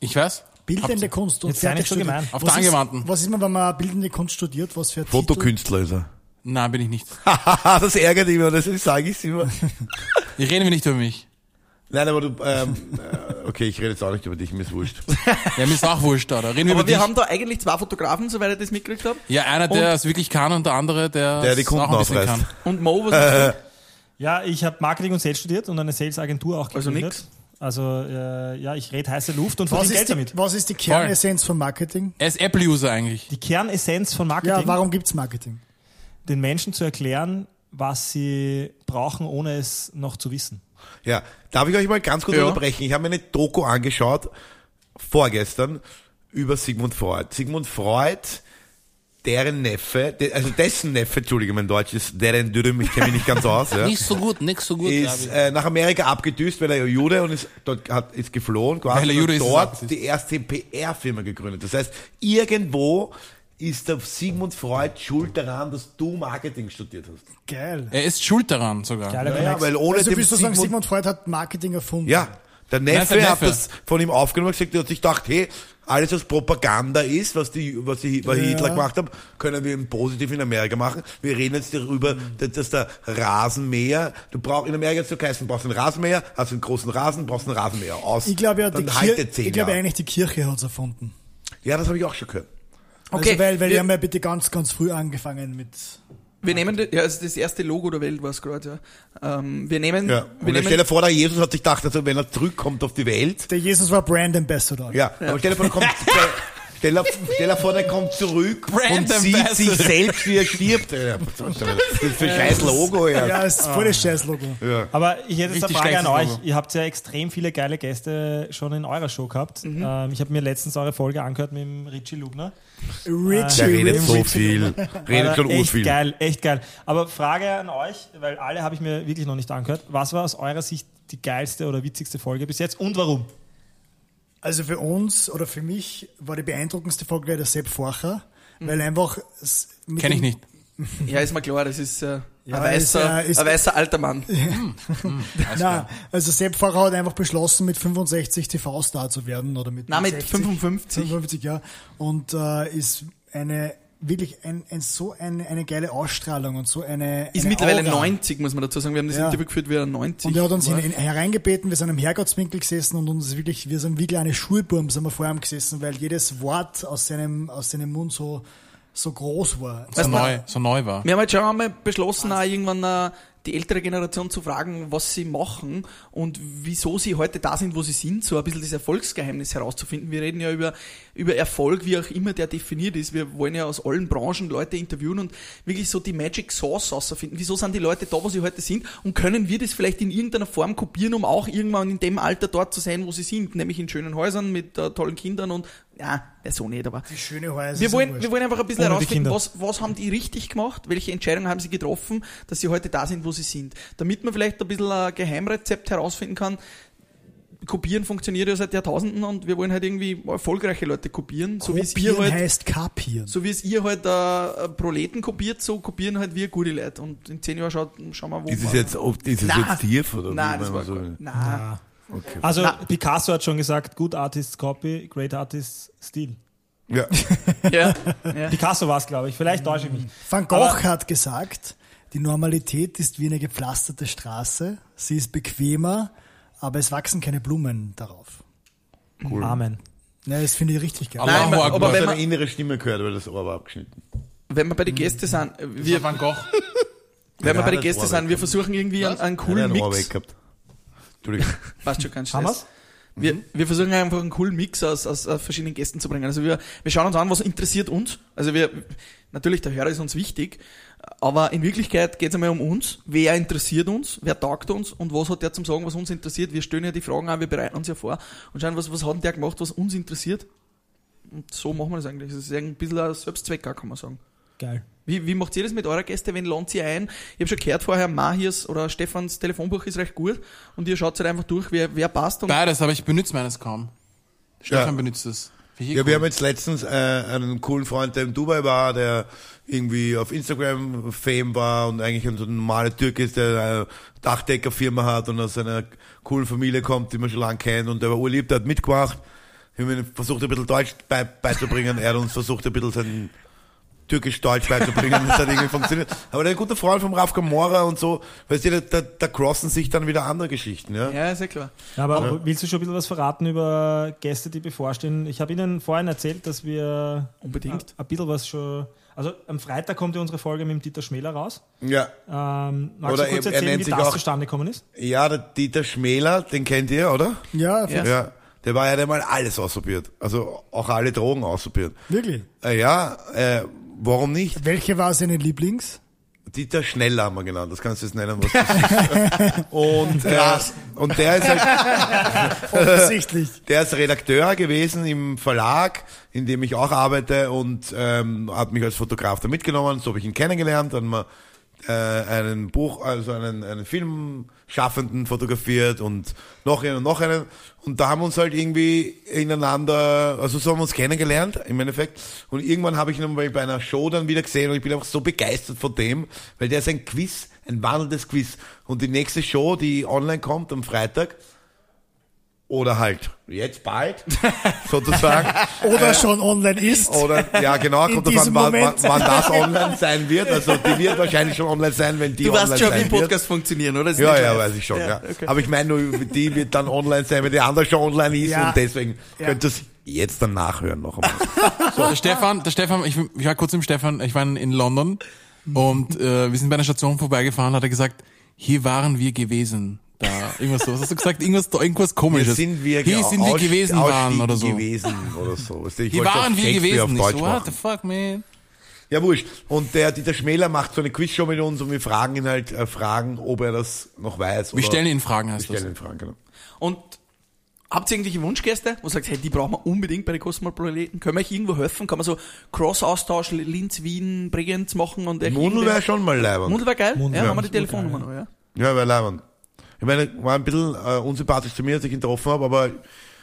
Ich weiß. Bildende Kunst und Jetzt sei nicht so Theaterstudien. gemein. Auf was der ist- Angewandten. Was ist man, wenn man bildende Kunst studiert? Was für ein Titel? Fotokünstler ist er. [LAUGHS] Nein, bin ich nicht. Haha, das ärgert ihn immer, deswegen sage ich's immer. Ich reden wir nicht über mich. Nein, aber du, ähm, äh, okay, ich rede jetzt auch nicht über dich, mir ist wurscht. Ja, mir ist auch wurscht, oder? Reden wir über Aber wir dich. haben da eigentlich zwei Fotografen, soweit ich das mitgekriegt habe. Ja, einer, der es wirklich kann und der andere, der, Der die es Kunden auch ein bisschen aufreißt. kann. Und Mo, was hast du? Ja, ich habe Marketing und Sales studiert und eine Sales-Agentur auch Also gegründet. Also, äh, ja, ich rede heiße Luft und Was verdiene ist, Geld damit. die, was ist die Kernessenz von Marketing? Er ist Apple-User eigentlich. Die Kernessenz von Marketing, Ja, warum gibt's Marketing? den Menschen zu erklären, was sie brauchen, ohne es noch zu wissen. Ja, darf ich euch mal ganz kurz Ja. unterbrechen? Ich habe mir eine Doku angeschaut, vorgestern, über Sigmund Freud. Sigmund Freud, deren Neffe, de, also dessen Neffe, Entschuldige, mein Deutsch ist deren Dürüm, ich kenne mich nicht [LAUGHS] ganz aus, ja, Nicht so gut, nicht so gut. ist Gabi. äh, nach Amerika abgedüst, weil er Jude und ist, dort hat, ist geflohen quasi Weil er Jude und ist, ist dort abgedüst. die erste PR-Firma gegründet. Das heißt, irgendwo ist der Sigmund Freud schuld daran, dass du Marketing studiert hast. Geil. Er ist schuld daran sogar. Geiler Ja, Connex. weil ohne Also den willst du sagen, Sigmund Freud hat Marketing erfunden? Ja, der Nein, Neffe sein hat Neffe. das von ihm aufgenommen und gesagt, er hat sich gedacht, hey, alles was Propaganda ist, was, die, was, die, was Hitler gemacht hat, können wir eben positiv in Amerika machen. Wir reden jetzt darüber, dass, dass der Rasenmäher, du brauchst in Amerika jetzt so geheißen, du brauchst einen Rasenmäher, hast einen großen Rasen, brauchst einen Rasenmäher aus. Ich glaube ja, die Dann Kir haltet zehn ich glaube Jahre. eigentlich die Kirche hat es erfunden. Ja, das habe ich auch schon gehört. Okay. Also weil, weil die wir, haben ja bitte ganz, ganz früh angefangen mit. wir nehmen das, ja, also das erste Logo der Welt war es gerade, ja. Ähm, wir nehmen, Ja. wir Und dann stell dir nehmen vor, der Jesus hat sich gedacht, also wenn er zurückkommt auf die Welt, Der Jesus war Brand Ambassador. Ja, aber stell dir vor, der kommt, [LAUGHS] stell, stell, dir- stell dir vor, der kommt zurück Brand und sieht Ambassador. sich selbst, wie er [LAUGHS] stirbt. Ja, Das ist für scheiß Logo, ja. Ja, ist voll das Scheiß-Logo. Aber ich hätte jetzt eine Richtig Frage an euch. schlechtes Logo. Ihr habt ja extrem viele geile Gäste schon in eurer Show gehabt. Ähm, ich habe mir letztens eure Folge angehört mit dem Richie Lugner. Richie Der redet Rich- so viel, redet Alter, schon echt urviel. geil, echt geil. Aber Frage an euch, weil alle habe ich mir wirklich noch nicht angehört. Was war aus eurer Sicht die geilste oder witzigste Folge bis jetzt und warum? Also für uns oder für mich war die beeindruckendste Folge der Sepp Forcher, weil einfach. s- mit Kenne ich dem- nicht. Ja, ist mir klar, das ist äh, Ja, ein, weißer, ist, äh, ist- ein weißer alter Mann. Nein, also Sepp Forcher hat einfach beschlossen, mit 65 TV-Star zu werden oder mit. Nein, mit 55. 55, ja. Und äh, ist eine wirklich ein, ein, so eine, eine geile Ausstrahlung und so eine. Ist eine mittlerweile Aura. 90, muss man dazu sagen. Wir haben das Ja. Interview geführt, wie er 90 Und er hat uns war. in, in, hereingebeten, wir sind im Herrgottswinkel gesessen und uns wirklich, wir sind wie kleine Schulburm, sind wir vor ihm gesessen, weil jedes Wort aus seinem, aus seinem Mund so, so groß war. So Weißt du, neu, so neu war. Wir haben halt schon einmal beschlossen, auch irgendwann äh, die ältere Generation zu fragen, was sie machen und wieso sie heute da sind, wo sie sind, so ein bisschen das Erfolgsgeheimnis herauszufinden. Wir reden ja über, über Erfolg, wie auch immer der definiert ist. Wir wollen ja aus allen Branchen Leute interviewen und wirklich so die Magic Sauce herauszufinden. Wieso sind die Leute da, wo sie heute sind und können wir das vielleicht in irgendeiner Form kopieren, um auch irgendwann in dem Alter dort zu sein, wo sie sind, nämlich in schönen Häusern mit äh, tollen Kindern und, ja, der so nicht, aber Schöne Häuser. wir sind wollen, Also wurscht. wir wollen einfach ein bisschen Ohne die herausfinden, Kinder. was, was haben die richtig gemacht, welche Entscheidungen haben sie getroffen, dass sie heute da sind, wo sie sind. Damit man vielleicht ein bisschen ein Geheimrezept herausfinden kann. Kopieren funktioniert ja seit Jahrtausenden und wir wollen halt irgendwie erfolgreiche Leute kopieren, so wie es ihr Kopieren halt, heißt kapieren. so wie es ihr halt äh, Proleten kopiert, so kopieren halt wir gute Leute. Und in zehn Jahren schaut, schauen wir, wo Ist es wir- jetzt, ob, ist es Nein. jetzt tief oder Nein, wie das man war so- gut. Nein. Also Picasso hat schon gesagt, good artists copy, great artists steal. Ja. [LAUGHS] Ja. Picasso war es, glaube ich. Vielleicht täusche ich mich. Van Gogh Aber- hat gesagt, die Normalität ist wie eine gepflasterte Straße, sie ist bequemer, aber es wachsen keine Blumen darauf. Amen. Ja, das finde ich richtig geil. Aber- Nein, Allahu aber, Akbar. aber wenn, Wenn eine man, innere Stimme gehört, weil das Ohr war abgeschnitten. wenn wir bei den Hm. Gästen sind, wir, Wir waren Koch. wenn wir bei den das Gästen Ohr sind, wir versuchen irgendwie einen, einen Hat er coolen ein Ohr Mix. weg gehabt. Entschuldigung. Passt schon ganz Haben schnell. wir's? Mhm. Wir, wir versuchen einfach einen coolen Mix aus, aus, aus verschiedenen Gästen zu bringen. Also wir, wir schauen uns an, was interessiert uns. Also wir, natürlich, der Hörer ist uns wichtig, aber in Wirklichkeit geht es einmal um uns. Wer interessiert uns? Wer taugt uns? Und was hat der zum Sagen, was uns interessiert? Wir stellen ja die Fragen an, wir bereiten uns ja vor und schauen, was, was hat denn der gemacht, was uns interessiert? Und so machen wir das eigentlich. Das ist ein bisschen ein Selbstzweck, auch, kann man sagen. Geil. Wie, wie macht ihr das mit eurer Gäste? Wen lohnt ihr ein? Ich habe schon gehört vorher, Mahirs oder Stefans Telefonbuch ist recht gut und ihr schaut halt einfach durch, wer, wer passt und Beides, aber ich benütze meines kaum. Stefan Ja. benutzt es. Finde ich Ja, cool. wir haben jetzt letztens äh, einen coolen Freund, der in Dubai war, der irgendwie auf Instagram Fame war und eigentlich ein so ein normaler Türke ist, der eine Dachdeckerfirma hat und aus einer coolen Familie kommt, die man schon lange kennt und der war urlieb, der hat mitgemacht. Wir haben ihm versucht, ein bisschen Deutsch bei, beizubringen. Er hat uns versucht, ein bisschen sein Türkisch-Deutsch beizubringen. Das hat irgendwie funktioniert. Aber der guter Freund vom Raf Gamora und so, weißt du, da, da, da crossen sich dann wieder andere Geschichten, ja? Ja, ist ja klar. Aber willst du schon ein bisschen was verraten über Gäste, die bevorstehen? Ich habe Ihnen vorhin erzählt, dass wir Unbedingt. ein bisschen was schon. Also am Freitag kommt ja unsere Folge mit dem Dieter Schmäler raus. ja. Ähm, magst Oder du kurz er- er erzählen, nennt wie sich das auch- zustande gekommen ist? Ja, der Dieter Schmäler, den kennt ihr, oder? Ja, Ja. Ja, der war ja der mal alles ausprobiert. Also auch alle Drogen ausprobiert. wirklich. Äh, ja, äh, warum nicht? [LAUGHS] Welche war seine Lieblings? Dieter Schneller haben wir genannt, das kannst du jetzt nennen, was das ist. Und, äh, und der, ist halt, Offensichtlich. der ist Redakteur gewesen im Verlag, in dem ich auch arbeite und ähm, hat mich als Fotograf da mitgenommen, so habe ich ihn kennengelernt, dann mal äh, einen Buch, also einen, einen Filmschaffenden fotografiert und noch einen und noch einen. Und da haben wir uns halt irgendwie ineinander, also so haben wir uns kennengelernt im Endeffekt. Und irgendwann habe ich ihn mal bei einer Show dann wieder gesehen und ich bin einfach so begeistert von dem, weil der ist ein Quiz, ein wandelndes Quiz. Und die nächste Show, die online kommt am Freitag, oder halt jetzt bald, [LAUGHS] sozusagen, Oder schon online ist. oder ja genau, In kommt drauf an, diesem wann, wann Moment. wann das online sein wird. Also [LAUGHS] die wird wahrscheinlich schon online sein, wenn die Du online weißt schon, wie sein wird. Podcasts funktionieren, oder? Das ist Ja, nicht ja, live. weiß ich schon. Ja, okay. Aber ich meine nur, die wird dann online sein, wenn die andere schon online ist Ja. und deswegen Ja. könnt ihr es jetzt dann nachhören noch [LAUGHS] einmal. Der Stefan, der Stefan, ich, ich war kurz im Stefan, ich war in, in London und äh, wir sind bei einer Station vorbeigefahren, hat er gesagt, hier waren wir gewesen. Da, irgendwas so. Was hast du gesagt? Irgendwas, irgendwas komisches. Hier sind wir hier ge- sind wir aus- gewesen waren ausstiegen oder so. gewesen oder so. Weißt du, ich Hier wollte waren auch wir Shakespeare gewesen. auf Ich Deutsch so, what the machen. fuck, man? Ja, wurscht. Und der Dieter Schmäler macht so eine Quizshow mit uns und wir fragen ihn halt äh, Fragen, ob er das noch weiß. Wir stellen ihn Fragen, heißt Wir das. stellen ihn Fragen, genau. Und habt ihr irgendwelche Wunschgäste, wo ihr sagt, hey, die brauchen wir unbedingt bei den Kosmopoliten? Können wir euch irgendwo helfen? Kann man so Cross-Austausch Linz, Wien, Bregenz machen und echt Mundl irgendwer- wäre schon mal leibend. Mundl wäre geil. Mundl ja, wär haben wir die absolut Telefonnummer noch, ja. Ja, wäre leibend. Ich meine, war ein bisschen äh, unsympathisch zu mir, als ich ihn getroffen habe, aber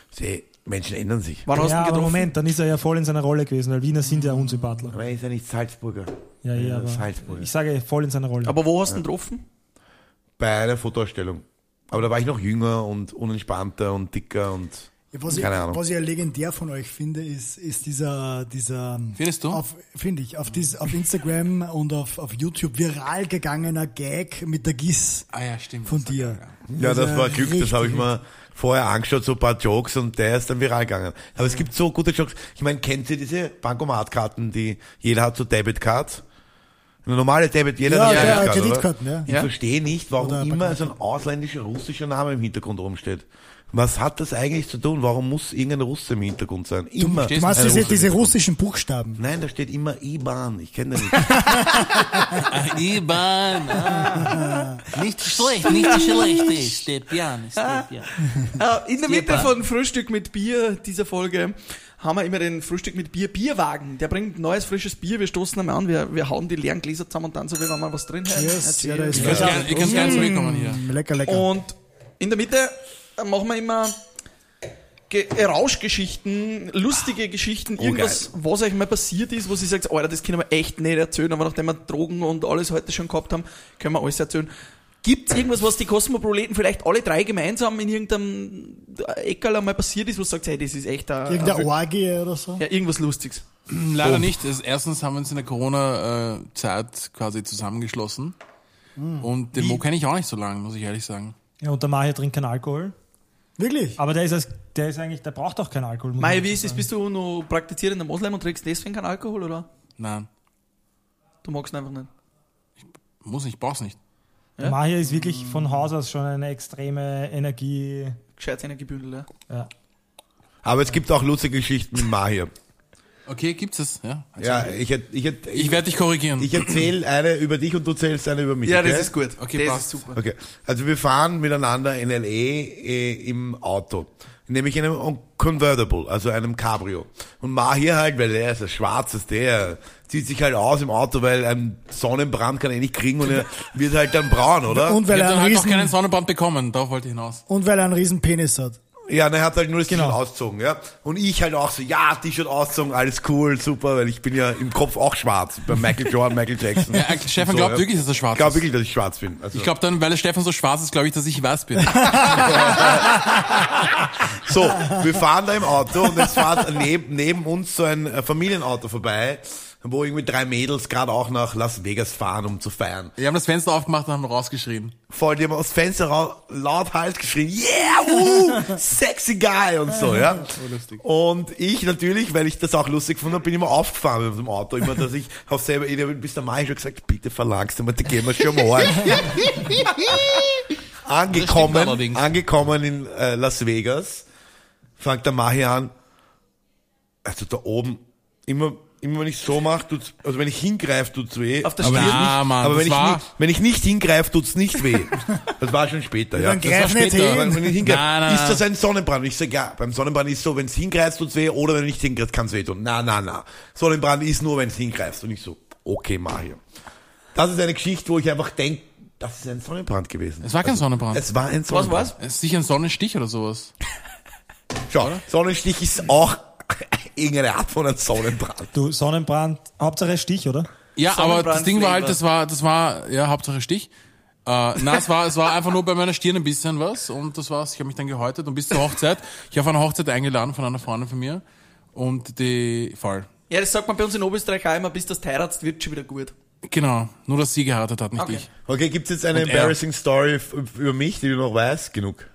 sie, Menschen ändern sich. Wann hast du Ja, ihn aber getroffen? Moment, dann ist er ja voll in seiner Rolle gewesen, weil Wiener sind ja Unsympathler. Aber er ist ja nicht Salzburger. Ja, Er ist ja, aber Salzburger. ich sage ja, voll in seiner Rolle. Aber wo hast du ihn getroffen? bei einer Fotoausstellung. Aber da war ich noch jünger und unentspannter und dicker und Ja, was, ich, keine Ahnung. was ich ja legendär von euch finde, ist, ist dieser, dieser Findest du? Auf, finde ich, auf, dies, auf Instagram und auf, auf YouTube viral gegangener Gag mit der Giss Ah ja, stimmt. von dir. ja, das Also war Glück, das richtig habe ich gut. mir vorher angeschaut, so ein paar Jokes und der ist dann viral gegangen. Aber es gibt so gute Jokes. Ich meine, kennt ihr diese Bankomatkarten, die jeder hat, so Debitcards? Eine normale Debit, jeder Ja, hat eine ja, Debitkarte, Kreditkarten, oder? ja. Ich Ja. verstehe nicht, warum Oder immer so ein ausländischer, russischer Name im Hintergrund rumsteht. Was hat das eigentlich zu tun? Warum muss irgendein Russe im Hintergrund sein? Immer. Du meinst diese, ein Russe im diese Hintergrund. russischen Buchstaben. Nein, da steht immer IBAN. Ich kenne den nicht. [LAUGHS] Ah, Iban. Ah. Nicht schlecht, nicht schlecht. Stepjan, Ah. Stepjan. Äh, in der Mitte von Frühstück mit Bier dieser Folge haben wir immer den Frühstück mit Bier Bierwagen. Der bringt neues, frisches Bier. Wir stoßen einmal an, wir, wir hauen die leeren Gläser zusammen und dann so, wie wenn mal was drin hat. Cheers. Ja, da ist Ich kann's Ja. gerne- ich kann's gerne Hm. zurückkommen hier. Lecker, lecker. Und in der Mitte äh, machen wir immer Ge äh, Rauschgeschichten, Ah, lustige oh, Geschichten, irgendwas, was euch mal passiert ist, wo sie sagt, Alter, das können wir echt nicht erzählen, aber nachdem wir Drogen und alles heute schon gehabt haben, können wir alles erzählen. Gibt's irgendwas, was die Kosmoproleten vielleicht alle drei gemeinsam in irgendeinem Eckerl mal passiert ist, wo du sagst, hey, das ist echt ein, Irgendeine Orgie oder so. ja, irgendwas Lustiges. Leider nicht. Also erstens haben wir uns in der Corona-Zeit quasi zusammengeschlossen. Und den Mo kenne ich auch nicht so lange, muss ich ehrlich sagen. Ja, und der Maher trinkt keinen Alkohol. Wirklich? Aber der ist, als, der ist eigentlich, der braucht auch keinen Alkohol. muss Mai, man dazu wie ist es? sagen. Bist du noch praktizierender Moslem und trinkst deswegen keinen Alkohol, oder? Nein, Du magst ihn einfach nicht. muss nicht, brauch's nicht. Der Maher ist wirklich von Haus aus schon eine extreme Energie. Gescheit Energiebündel, ja. Ja. Aber es gibt auch lustige Geschichten mit Mahir. Okay, gibt's es, ja. Ja, ich, hätt- ich, hätt- Ich werde dich korrigieren. Ich erzähle eine über dich und du zählst eine über mich. Ja, okay? das ist gut. Okay, das passt. ist super. Okay. Also wir fahren miteinander in LA äh, im Auto. Nämlich in einem Convertible, also einem Cabrio. Und Mahir halt, weil er ist ein schwarzes, der zieht sich halt aus im Auto, weil ein Sonnenbrand kann er nicht kriegen und er wird halt dann braun, oder? Und ich weil, er hab dann einen halt noch keinen riesen, Sonnenbrand bekommen, darauf wollte ich hinaus. und weil er einen riesen Penis [LAUGHS] hat. Ja, und er hat halt nur das Genau. T-Shirt ausgezogen, ja. Und ich halt auch so, ja, T-Shirt ausgezogen, alles cool, super, weil ich bin ja im Kopf auch schwarz. Bei Michael Jordan, Michael Jackson. Ja, äh, Stefan glaubt wirklich, dass er schwarz Ich glaube ist. wirklich, dass ich schwarz bin. Also, Ich glaube dann, weil der Stefan so schwarz ist, glaube ich, dass ich weiß [LAUGHS] bin. so, wir fahren da im Auto und es fährt neben, neben uns so ein äh, Familienauto vorbei, wo irgendwie drei Mädels gerade auch nach Las Vegas fahren, um zu feiern. Wir haben das Fenster aufgemacht und haben rausgeschrien. voll die haben aus dem Fenster raus, laut halt geschrien, yeah, woo, sexy guy und so, ja. Und ich natürlich, weil ich das auch lustig fand, bin immer aufgefahren mit dem Auto, immer, dass ich auf selber, ich bin bis der Mai schon gesagt, bitte verlangst du mal, da gehen wir schon mal. Das stimmt angekommen, allerdings. angekommen in äh, Las Vegas, fängt der Mahi an, also da oben, immer immer wenn ich so mache, tut's, also wenn ich hingreife, tut's weh. Auf der aber Stirn. wenn ich nicht- Ah, Mann, aber das wenn ich, war- nicht, wenn ich nicht hingreife, tut's nicht weh. [LAUGHS] Das war schon später, ja. Dann greif war nicht später, Aber hin. wenn ich hingreife, Nein, nein, ist nein. das ein Sonnenbrand? Und ich sage, ja, beim Sonnenbrand ist so, wenn's hingreifst, tut's weh, oder wenn du nicht hingreifst, kann's weh tun. Na, na, na. Sonnenbrand ist nur, wenn's hingreifst. Und ich so, okay, Mario. Das ist eine Geschichte, wo ich einfach denk, das ist ein Sonnenbrand gewesen. Es war kein Sonnenbrand. Also, Es war ein [LAUGHS] Was Sonnenbrand. war's? Es ist sicher ein Sonnenstich oder sowas. Schau, Sonnenstich ist auch [LAUGHS] irgendeine Art von einem Sonnenbrand. Du, Sonnenbrand, Hauptsache Stich, oder? Ja, aber das Sonnenbrand Ding war halt, Flavor. das war, das war, ja, Hauptsache Stich. Äh, na, es war, es war einfach nur bei meiner Stirn ein bisschen was und das war's. Ich habe mich dann gehäutet und bis zur Hochzeit. Ich habe auf eine Hochzeit eingeladen von einer Freundin von mir und die voll. Ja, das sagt man bei uns in Oberösterreich auch immer, bis das heiratst, wird schon wieder gut. Genau, nur dass sie geheiratet hat, nicht Okay. ich. Okay, gibt's jetzt eine Und er. embarrassing Story f- über mich, die du noch weißt? Genug.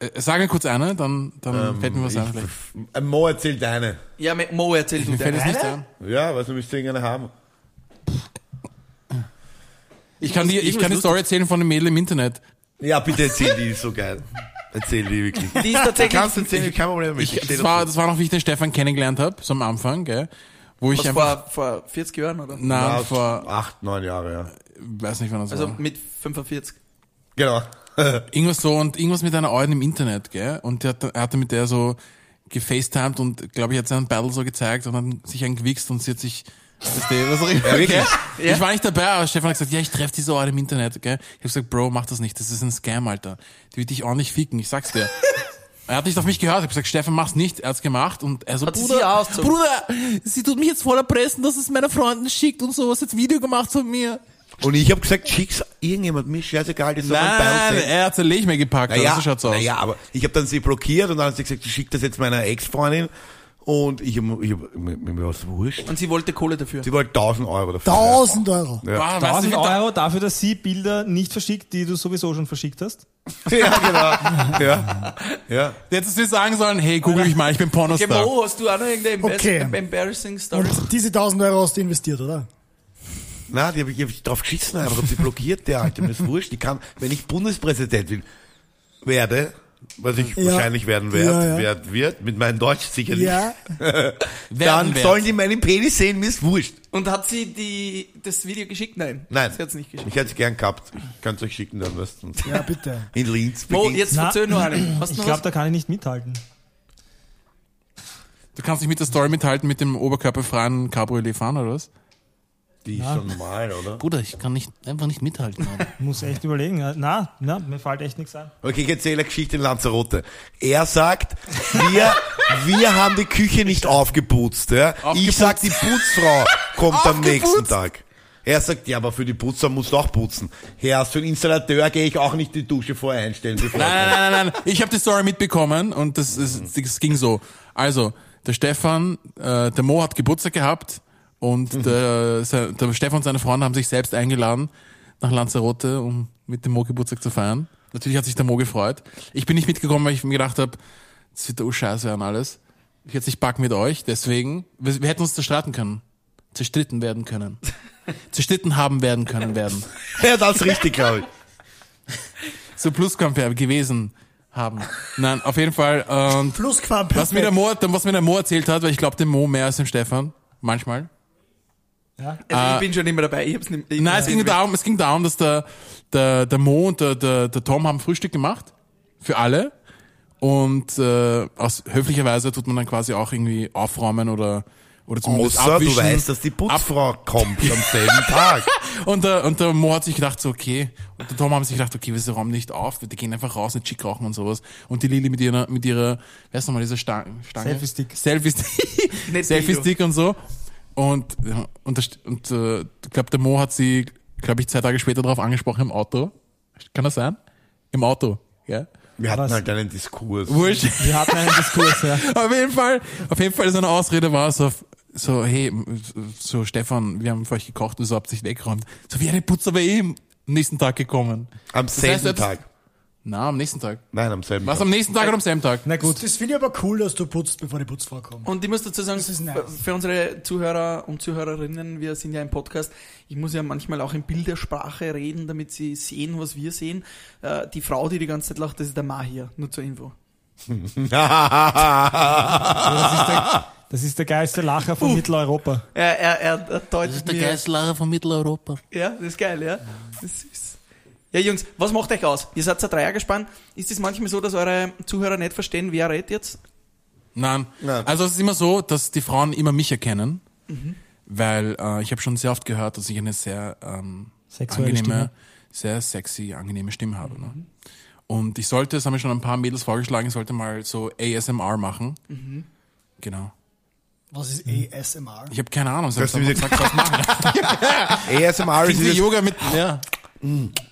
Äh, sag mir kurz eine, dann, dann fällt mir was ein. Vielleicht. Äh, Mo erzählt eine. Ja, mit Mo erzähl du Mir fällt deine. es nicht ein. Ja, was du müsstest irgendeine haben. Ich kann die, ich kann die Story erzählen von einem Mädel im Internet. Ja, bitte erzähl die, die ist so geil. Erzähl die wirklich. Die ist tatsächlich. Kannst erzählen, kein Problem. Ich, verstehe das, war, das war noch, wie ich den Stefan kennengelernt habe, so am Anfang, gell? Wo ich [LAUGHS] Was, einfach, vor, vor 40 Jahren, oder? na, Ja, vor, acht, neun Jahre, ja. weiß nicht wann das Also war. mit 45. Genau. [LAUGHS] Irgendwas so und irgendwas mit einer Alten im Internet, gell? Und der hat, er hatte mit der so gefacetimed und glaube ich hat seinen Battle so gezeigt und dann sich angewichst und sie hat sich das Ding- was auch immer, wirklich? gell? Ja. Ich war nicht dabei, aber Stefan hat gesagt, ja, ich treffe diese Alte im Internet, gell? Ich habe gesagt, Bro, mach das nicht, das ist ein Scam, Alter. Die wird dich ordentlich ficken, ich sag's [LAUGHS] dir. Er hat nicht auf mich gehört, ich hab gesagt, Stefan, mach's nicht, er hat's gemacht und er so, Hat sie sie Bruder, ausgezogen? Bruder, sie tut mich jetzt voll erpressen, dass es meiner Freunden schickt und sowas, hat Video gemacht von mir. Und ich habe gesagt, schick's irgendjemand, mir ist scheißegal, das soll man Nein, bei uns er hat's ein Lech mehr gepackt, naja, also schaut's aus. Naja, aber ich habe dann sie blockiert und dann hat sie gesagt, ich schick das jetzt meiner Ex-Freundin und ich hab, ich hab, mir, mir war's wurscht. Und sie wollte Kohle dafür. Sie wollte 1000 Euro dafür. 1000 Euro. Wow, weißt du, 1000 wie da- Euro dafür, dass sie Bilder nicht verschickt, die du sowieso schon verschickt hast? Ja, genau. Ja. ja. Hättest du sagen sollen, hey, google mich mal, ich bin Pornostar. Okay, Mo, hast du auch noch irgendeine embar- Okay. embarrassing Story? Und diese 1000 Euro hast du investiert, oder? Nein, die habe ich, die hab ich drauf geschissen einfach und sie blockiert, der Alte. Mir ist wurscht. Ich kann, wenn ich Bundespräsident will, werde, was ich Ja. wahrscheinlich werden Ja, werde, ja. werd, wird, mit meinem Deutsch sicherlich, Ja. dann Werden wert. sollen die meinen Penis sehen, mir ist wurscht. Und hat sie die, das Video geschickt? Nein. Nein, Sie hat's nicht geschickt. ich hätte es gern gehabt. Ich kann es euch schicken, dann wirst du. Ja, bitte. In Linz. Mo, beging- jetzt verzögern nur einen. Hast du Ich noch glaube, was? da kann ich nicht mithalten. Du kannst dich mit der Story mithalten, mit dem oberkörperfreien Cabriolet fahren, oder was? die ist schon normal, oder? Bruder, ich kann nicht, einfach nicht mithalten. Mann. Muss echt überlegen. Na, na, mir fällt echt nichts ein. Okay, ich erzähle eine Geschichte in Lanzarote. Er sagt, wir, wir haben die Küche nicht aufgeputzt. Ja? Ich Aufgeputzt. sag, die Putzfrau kommt am nächsten Aufgeputzt. Tag. Er sagt, ja, aber für die Putzer musst du auch putzen. Herr, für den Installateur gehe ich auch nicht die Dusche vorher einstellen. Bevor Nein, nein, nein, nein, nein. Ich habe die Story mitbekommen und das, ist, das ging so. Also, der Stefan, äh, der Mo hat Geburtstag gehabt und der, se- der Stefan und seine Freunde haben sich selbst eingeladen nach Lanzarote, um mit dem Mo Geburtstag zu feiern. Natürlich hat sich der Mo gefreut. Ich bin nicht mitgekommen, weil ich mir gedacht habe, das wird der Scheiße an alles. Ich hätte nicht back mit euch, deswegen. Wir, wir hätten uns zerstreiten können. Zerstritten werden können. Zerstritten haben werden können werden. Ja, das ist richtig, glaube ich. So Pluskampf gewesen haben. Nein, auf jeden Fall. Ähm, [LAUGHS] Plusquampe. was mir der Mo, was mir der Mo erzählt hat, weil ich glaube dem Mo mehr als dem Stefan. Manchmal. Also ich bin schon immer dabei. Ich hab's nicht, ich Nein, es ich- ging um darum, es ging darum, dass der, der, der Mo und der, der, der Tom haben Frühstück gemacht. Für alle. Und äh, aus höflicher Weise tut man dann quasi auch irgendwie aufräumen oder, oder zumindest Außer du abwischen. weißt, dass die Putzfrau kommt [LAUGHS] am selben Tag. Und der, und der Mo hat sich gedacht, so, okay. Und der Tom haben sich gedacht, okay, wir räumen nicht auf, die gehen einfach raus, nicht schick rauchen und sowas. Und die Lili mit ihrer, mit ihrer, wer ist nochmal, dieser Stange? Stange? Selfie-Stick. Selfie-Stick. Nicht Selfie-Stick und so. Und, ja, und, das, und äh, ich glaube, der Mo hat sie, glaube ich, zwei Tage später darauf angesprochen im Auto. Kann das sein? Im Auto, ja. Wir hatten Was? halt einen Diskurs. Wurscht. [LAUGHS] Wir hatten einen Diskurs, ja. Auf jeden Fall, auf jeden Fall ist eine Ausrede war so, so, hey, so Stefan, wir haben für euch gekocht und so habt sich weggeräumt. So wie eine Putzer bei ihm. Am nächsten Tag gekommen. Am selben heißt, du hättest- Tag. Na, am nächsten Tag. Nein, am selben Was Tag. [LAUGHS] am [LAUGHS] nächsten Tag oder am selben Tag? Na gut. Das finde ich aber cool, dass du putzt, bevor die Putzfrau kommt. Und ich muss dazu sagen, ist nice. f- für unsere Zuhörer und Zuhörerinnen, wir sind ja ein Podcast, ich muss ja manchmal auch in Bildersprache reden, damit sie sehen, was wir sehen. Äh, die Frau, die die ganze Zeit lacht, das ist der Mahir, nur zur Info. Das ist der, Das ist der geilste Lacher von Mitteleuropa. Er, er, er, er deutet Das ist der mir- Geißlacher von Mitteleuropa. Ja, das ist geil, ja. Das ist süß. Ja, Jungs, was macht euch aus? Ihr seid ein Dreiergespann. Ist es manchmal so, dass eure Zuhörer nicht verstehen, wer redet jetzt? Nein. Nein. Mhm. Also es ist immer so, dass die Frauen immer mich erkennen, weil äh, ich habe schon sehr oft gehört, dass ich eine sehr ähm, Sexuelle angenehme, Stimme. sehr sexy, angenehme Stimme habe. Ne? Mhm. Und ich sollte, das haben mir schon ein paar Mädels vorgeschlagen, ich sollte mal so ASMR machen. Mhm. Genau. Was ist ASMR? Ich habe keine Ahnung. Sag, Das sag, ist- sag, was [LAUGHS] machen. ASMR ist Diese dieses, Yoga mit. Ja.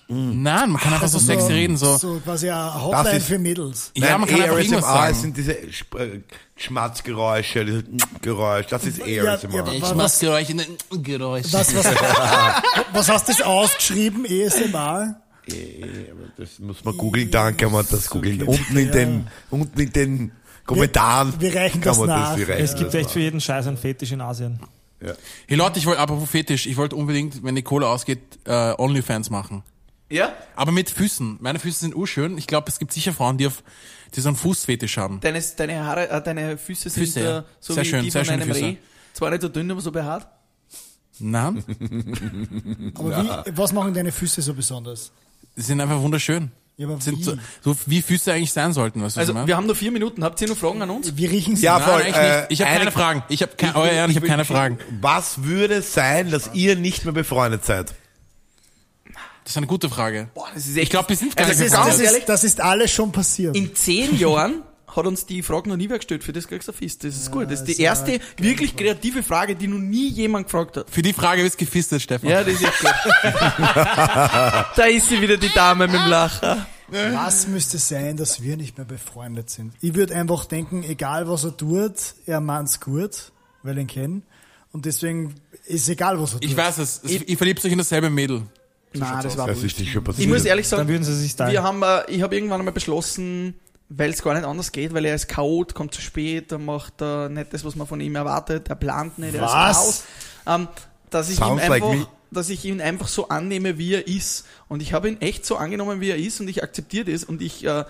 Nein, man kann einfach [LAUGHS] so sexy reden. So. Also So quasi eine Hotline ist- für Mädels. Ja, man kann einfach irgendwas ASMR sagen. sind diese Sp- äh, Schmatzgeräusche, dieses Geräusch, das ist Ja, ASMR. ja, Ich Was- mach Geräusch in den Geräusch. Was, [LAUGHS] was, was hast du das ausgeschrieben? ASMR? Ja, aber Das muss man googeln, dann kann man das googeln. Unten in Ja. den, unten in den Kommentaren. wir reichen kann das man nach. wir reichen Es gibt das echt für jeden Scheiß einen Fetisch in Asien. nach. Ja. Hey Leute, ich wollte, apropos Fetisch, ich wollte unbedingt, wenn die Kohle ausgeht, äh, Onlyfans machen. Ja? Aber mit Füßen. Meine Füße sind urschön. Ich glaube, es gibt sicher Frauen, die, auf, die so einen Fußfetisch haben. Deine, deine Haare, äh, deine Füße sind Füße, äh, ja. so Sehr wie schön, die sehr von schöne einem Füße. Reh. Zwar nicht so dünn, aber so behaart. Nein, Aber wie, was machen deine Füße so besonders? sie sind einfach wunderschön. Ja, aber sind wie? so, so wie Füße eigentlich sein sollten, weißt du, Also, was ich wir meine? haben nur vier Minuten. Habt ihr noch Fragen an uns? Wie riechen sie? Ja, Nein, voll, eigentlich äh, nicht. Ich habe eine- keine Fragen. Ich habe keine, euer Ehren, ich habe keine Fragen. Was würde sein, dass ihr nicht mehr befreundet seid? Das ist eine gute Frage. Boah, das ist echt. Ich glaube, wir sind gar Also nicht Das ist, ganz das, befreundet. ehrlich? ist, das ist alles schon passiert. in [LAUGHS] zehn Jahren hat uns die Frage noch nie wer gestellt. Für das kriegst du ein Fist. Das ist gut. Das ist die ist ja erste wirklich kreative Frage, die noch nie jemand gefragt hat. Für die Frage wirst gefistet, Stefan. Ja, das ist echt gut. da ist sie wieder, die Dame mit dem Lacher. Äh. Was müsste sein, dass wir nicht mehr befreundet sind? Ich würde einfach denken, egal was er tut, er meint's gut, weil ich ihn kenne. Und deswegen ist egal, was er tut. Ich weiß es. es ihr verliebt euch in dasselbe Mädel. Nein, das war Das ist Bullshit. nicht schon passiert. Ich muss ehrlich Dann sagen, würden sie sich wir teilen. haben, äh, ich habe irgendwann einmal beschlossen, weil es gar nicht anders geht, weil er ist chaot, kommt zu spät, er macht äh, nicht das, was man von ihm erwartet, er plant nicht, er Was? ist Chaos. Ähm, dass ich Sounds ihm like einfach, me. dass ich ihn einfach so annehme, wie er ist. Und ich habe ihn echt so angenommen, wie er ist und ich akzeptiere das und ich äh,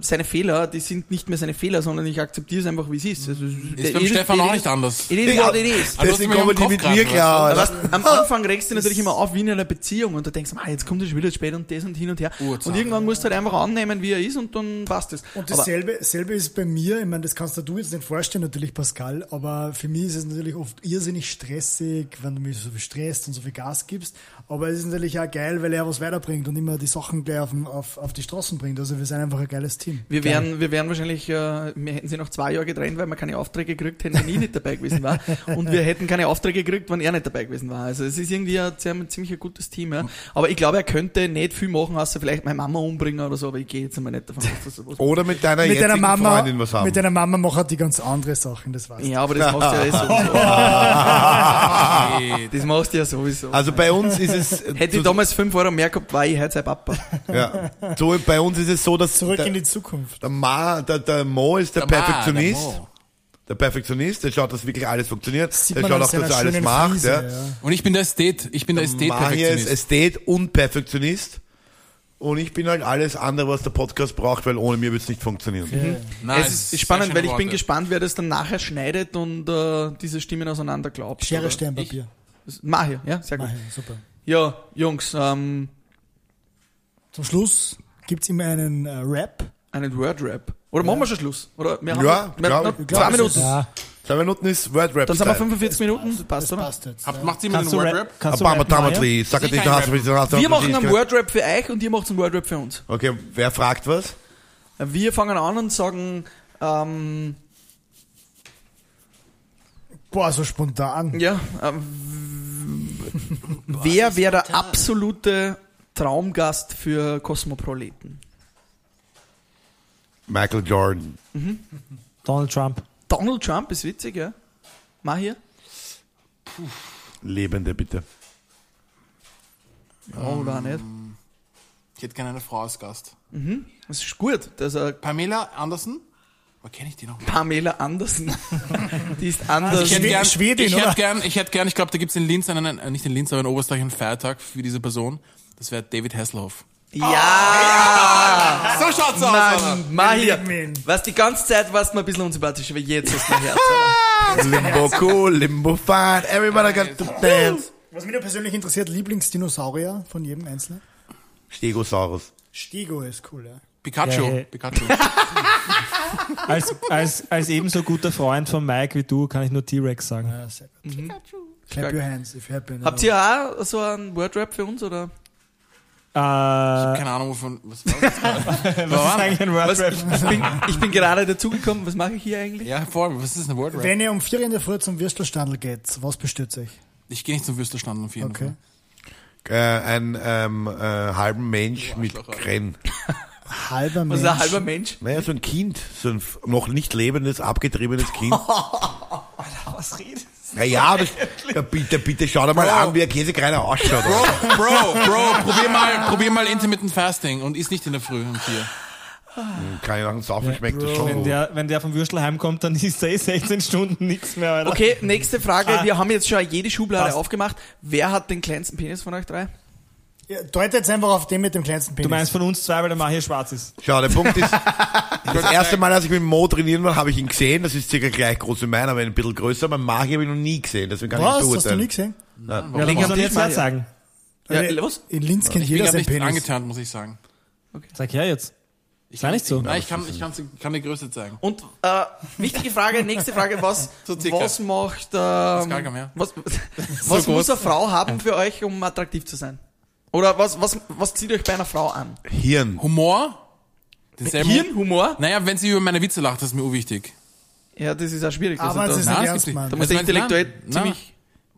seine Fehler, die sind nicht mehr seine Fehler, sondern ich akzeptiere es einfach, wie es ist. Also, Ist beim Stefan auch nicht anders. It is Ja, what it is. Aber du hast Deswegen mir kommen am die Kopf mit geraten, mir weißt du? klar. Aber was, am Anfang regst du natürlich immer auf wie in einer Beziehung und du denkst, ah, jetzt kommt er schon wieder zu spät und das und hin und her. Urzahn. Und irgendwann musst du halt einfach annehmen, wie er ist und dann passt es. Und Aber dasselbe selbe ist bei mir, ich meine, das kannst du dir jetzt nicht vorstellen, natürlich, Pascal, aber für mich ist es natürlich oft irrsinnig stressig, wenn du mir so viel stresst und so viel Gas gibst. Aber es ist natürlich auch geil, weil er was weiterbringt und immer die Sachen gleich auf, den- auf, auf die Straßen bringt. Also wir sind einfach ein geiles Team. wir wären, wir wären wahrscheinlich, äh, wir hätten sie noch zwei Jahre getrennt, weil wir keine Aufträge gekriegt hätten, wenn ich nicht dabei gewesen war. Und wir hätten keine Aufträge gekriegt, wenn er nicht dabei gewesen war. Also es ist irgendwie ein, sie haben ein ziemlich ein gutes Team. Ja. Aber ich glaube, er könnte nicht viel machen, außer vielleicht meine Mama umbringen oder so, aber ich gehe jetzt einmal nicht davon aus, dass er was Oder mit deiner mit jetzigen deiner Mama, Freundin was haben. mit deiner Mama macht die ganz andere Sachen, das weiß ich. Ja, aber das machst du ja eh [LAUGHS] sowieso. das machst du ja sowieso. also bei uns ist es, Hätte ich damals 5 Euro mehr gehabt, war ich heute sein Papa. ja, so, bei uns ist es so, dass Zurück der, in die Zukunft. der, Ma, der, der Mo ist der, Der Ma, Perfektionist. Ah, der Mo. Der Perfektionist, der schaut, dass wirklich alles funktioniert. Sieht der man schaut an auch, dass seiner er alles schönen macht. Frise, ja. ja. Und ich bin der Ästhet. Ich bin der Maria ist Ästhet-Perfektionist. Ästhet und Perfektionist. Und ich bin halt alles andere, was der Podcast braucht, weil ohne mir wird's nicht funktionieren. Mhm. Nein, es Ah, sehr ist spannend, schöne weil ich bin Worte. gespannt, wer das dann nachher schneidet und äh, diese Stimmen auseinander glaubt. Schere, Oder- Stein, Papier. Das- Mache, ja, sehr gut. Mach ich, super. Ja, Jungs, ähm, Zum Schluss gibt's immer einen äh, Rap. einen Word-Rap. Oder machen wir schon Schluss? Oder wir haben Ja, wir, glaub- noch glaub zwei ich. Minuten. Ja. Zwei Minuten ist Word Rap. Dann sind wir Style. 45 Minuten. Das passt, Das oder? passt jetzt. Habt- Macht sie mal einen Kannst du Word-Rap? rap? Kannst du Abama rappen, Maria? Tamatli, sag Das ist dich, kein hast Rappen. du Wir machen einen Word-Rap für euch und ihr macht einen Word-Rap für uns. Okay, wer fragt was? Wir fangen an und sagen, ähm, Boah, so spontan. ja, ähm, wer wäre der absolute Traumgast für Kosmoproleten? Michael Jordan. Donald Trump. Donald Trump ist witzig, ja? Mach hier. [LAUGHS] Lebende, bitte. Oh, oder auch nicht. Ich hätte gerne eine Frau als Gast. Das ist gut. Das ist eine Pamela Anderson? Wo kenne ich die noch? Pamela Andersen. [LAUGHS] Die ist anders. Ich hätte gern, Schwedin, ich oder? hätte gern, ich hätte gern, ich glaube, da gibt es in Linz einen, äh, nicht in Linz, aber in Oberösterreich einen Feiertag für diese Person. Das wäre David Hasselhoff. Ja! So schaut's aus, Alter. Mann, mach hier. Leben. Was die ganze Zeit warst du mir ein bisschen unsympathisch, aber jetzt hast du mein Herz. Limbo cool, Limbo fun, everybody got to dance. Was mich nur persönlich interessiert, Lieblingsdinosaurier von jedem Einzelnen? Stegosaurus. Stego ist cool, ja. Pikachu. Ja, hey. Pikachu. Als, als, als ebenso guter Freund von Mike wie du kann ich nur T-Rex sagen. ja sehr gut. Clap your hands if you're happy. Mhm. Habt ihr auch so einen Wordrap für uns, oder? Äh, Keine Ahnung, wovon. Was war das? was ist eigentlich ein Was, Wordrap? ich, bin, ich bin gerade dazugekommen, was mache ich hier eigentlich? Ja, voll. Was ist ein Word Rap? Wenn ihr um vier in der Früh zum Würstelstandl geht, was bestürzt euch? Ich gehe nicht zum Würstelstand um auf jeden Okay. Mhm. Fall. Äh, ein ähm, äh, halben Mensch mit Krenn. Halber Was Mensch. ist ein halber Mensch? Naja, so ein Kind, so ein f- noch nicht lebendes, [LAUGHS] abgetriebenes Kind. Was redet? Naja, das, da, bitte, bitte schau dir mal an, wie ein Käsekreiner ausschaut. Bro, oder? Bro, Bro, probier mal, probier mal Intermittent Fasting und isst nicht in der Früh um vier. Kann ich sagen, Hm, saufen schmeckt das Wenn schon. der, wenn der vom Würstel heimkommt, dann ist er eh 16 Stunden nichts mehr. Alter. Okay, nächste Frage. Wir haben jetzt schon jede Schublade Passt. aufgemacht. Wer hat den kleinsten Penis von euch drei? Ja, Deutet einfach auf den mit dem kleinsten Penis. Du meinst von uns zwei, weil der Mann hier schwarz ist. Schau, der Punkt [LAUGHS] ist, das erste Mal, als ich mit Mo trainieren war, habe ich ihn gesehen. Das ist circa gleich groß wie mein, aber ein bisschen größer. Mein Magi habe ich noch nie gesehen, deswegen kann ich was? nicht Hast du nie beurteilen. gesehen? Ja, Link dann muss am er jetzt Tisch, mehr sagen. Ja, was? Äh, In Linz kennt Ich jeder bin seinen nicht Penis. angeturnt, muss ich sagen. Sag her jetzt. Ich Sei nicht so. Nein, ich kann, ich kann, kann die Größe zeigen. Und äh, wichtige Frage, nächste Frage, [LAUGHS] was, So circa. was macht gar kein ähm, mehr. [LAUGHS] was, was muss eine Frau haben für euch, um attraktiv zu sein? Oder was, was, was zieht euch bei einer Frau an? Hirn. Humor? Denselben- Hirn, Humor? Naja, wenn sie über meine Witze lacht, das ist mir urwichtig. Ja, das ist auch schwierig. Aber also es ist da, nicht Nein, ernst, es da Mann. muss der Nein, nein, intellektuell nein. ziemlich...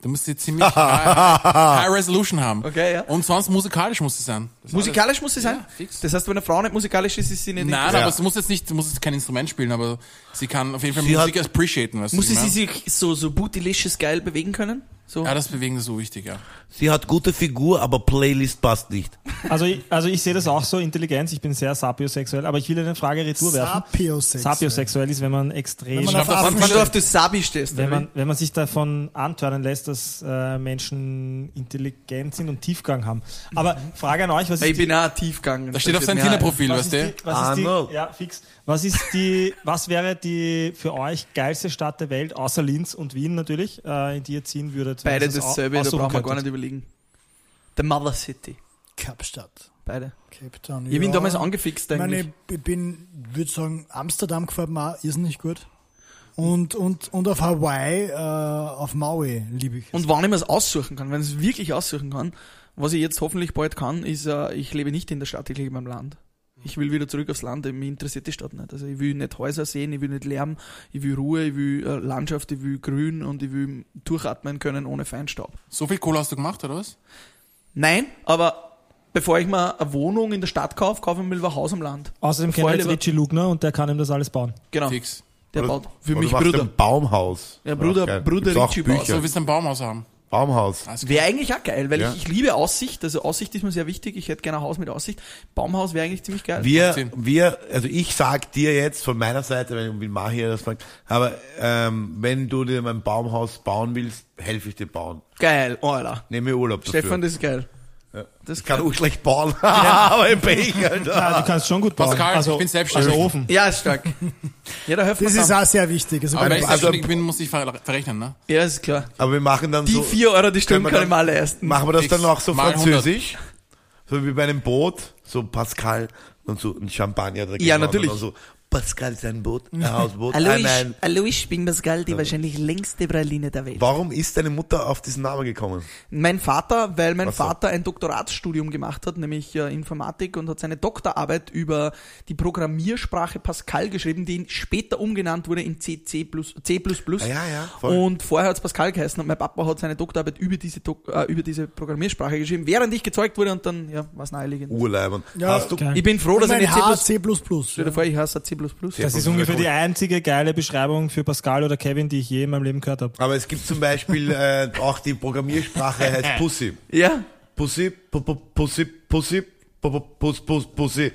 Da musst du ziemlich high, high Resolution haben. Okay, ja. Und sonst musikalisch muss es sein. Das Musikalisch muss sie sein? fix. das heißt, wenn eine Frau nicht musikalisch ist, ist sie nicht... Nein, interessant. aber es muss jetzt nicht, muss jetzt kein Instrument spielen, aber sie kann auf jeden Fall Sie Musik appreciaten, weißt muss du? sie was ich sich so, so bootylicious geil bewegen können? So. meine? Ja, das Bewegen ist so wichtig, ja. Sie hat gute Figur, aber Playlist passt nicht. Also ich, also ich sehe das auch so, Intelligenz, ich bin sehr sapiosexuell, aber ich will eine Frage retour werfen. Sapiosexuell. Sapiosexuell ist, wenn man extrem... Wenn man auf Wann Affen wann du auf steht. das Sabi stehst. wenn oder man, wenn man sich davon antören lässt, dass äh, Menschen intelligent sind und Tiefgang haben. Aber Frage an euch, was wie? Ich ist die, bin auch tiefgegangen. Da steht auf seinem Tinder-Profil, was weißt ist du? die, was ist Arnold. die, ja, fix. Was ist die, was wäre die für euch geilste Stadt der Welt, außer Linz und Wien natürlich, äh, in die ihr ziehen würdet? wenn Beide ihr das au- dasselbe, da aussuchen brauchen wir gar könntet? nicht überlegen. The Mother City. Kapstadt. Beide. Cape Town. Ich bin ja. damals angefixt Ich meine, eigentlich. ich ich bin, würde sagen, Amsterdam gefällt mir auch irrsinnig gut. Und, und, und auf Hawaii, äh, auf Maui liebe ich. es. Und wann ich mir es aussuchen kann, wenn ich es wirklich aussuchen kann, was ich jetzt hoffentlich bald kann, ist, äh, ich lebe nicht in der Stadt, ich lebe im Land. Hm. Ich will wieder zurück aufs Land, mich interessiert die Stadt nicht. Also ich will nicht Häuser sehen, ich will nicht Lärm, ich will Ruhe, ich will äh, Landschaft, ich will Grün und ich will durchatmen können ohne Feinstaub. So viel Kohle hast du gemacht, oder was? Nein, aber bevor ich mir eine Wohnung in der Stadt kaufe, kaufe ich mir lieber ein Haus am Land. Außerdem kennt er jetzt Vorliebe. Richie Lugner und der kann ihm das alles bauen. Genau. Fix. Der Oder- baut für Oder mich du machst Bruder. ein Baumhaus. Ja, Bruder- Auch geil. Bruder Gibt's auch Ritchie Bücher. baut So Also willst du ein Baumhaus haben. Baumhaus. Alles Wäre eigentlich auch geil, weil Ja. ich, ich liebe Aussicht. Also Aussicht ist mir sehr wichtig. Ich hätte gerne ein Haus mit Aussicht. Baumhaus wäre eigentlich ziemlich geil. Wir, Sinn. wir, also ich sag dir jetzt von meiner Seite, wenn um wenn Mahi das fragt, aber ähm, wenn du dir mein Baumhaus bauen willst, helfe ich dir bauen. Geil, Alter. Nehme mir Urlaub dafür. Stefan, das ist geil. Das ich kann auch schlecht [LAUGHS] bauen, [LAUGHS] aber im Pech, Alter. Ah, du kannst schon gut bauen. Pascal, also, ich bin selbstständig. Also Ofen. Ja, [LAUGHS] ist stark. ja, da hilft Das ist man auch sehr wichtig. Also Aber wenn ich Also- selbstständig bin, muss ich ver verrechnen, ne? Ja, ist klar. Aber wir machen dann Die so, 4 Euro die Stunde Können wir kann ich dann- mir alle ersten. machen wir das dann auch so Mal französisch, so wie bei einem Boot, so Pascal und so ein Champagner. dagegen Ja, haben und natürlich. dann So, Pascal ist ein Boot, [LAUGHS] ein Hausboot, Hallo, ah, ich, nein. hallo, ich bin Pascal, die wahrscheinlich längste Praline der Welt. Warum ist deine Mutter auf diesen Namen gekommen? Mein Vater, weil mein Ach so. Vater ein Doktoratsstudium gemacht hat, nämlich äh, Informatik und hat seine Doktorarbeit über die Programmiersprache Pascal geschrieben, die später umgenannt wurde in C, C++. C++. Ah, ja, ja, voll. Und vorher hat's Pascal geheißen und mein Papa hat seine Doktorarbeit über diese, Dok äh, über diese Programmiersprache geschrieben, während ich gezeugt wurde und dann, ja, war's naheliegend. Urleibern. Ja, Hast du, geil. Ich bin froh, dass Oh. mein ich nicht C++... Haar Stell C++. dir vor, ich hasse C++. Das ist ungefähr die einzige geile Beschreibung für Pascal oder Kevin, die ich je in meinem Leben gehört habe. Aber es gibt zum Beispiel äh, auch [LAUGHS] die Programmiersprache heißt Pussy. Ja, Pussy, pu- pu- Pussy, Pussy, pu- pu- Puss, Puss, Pussy.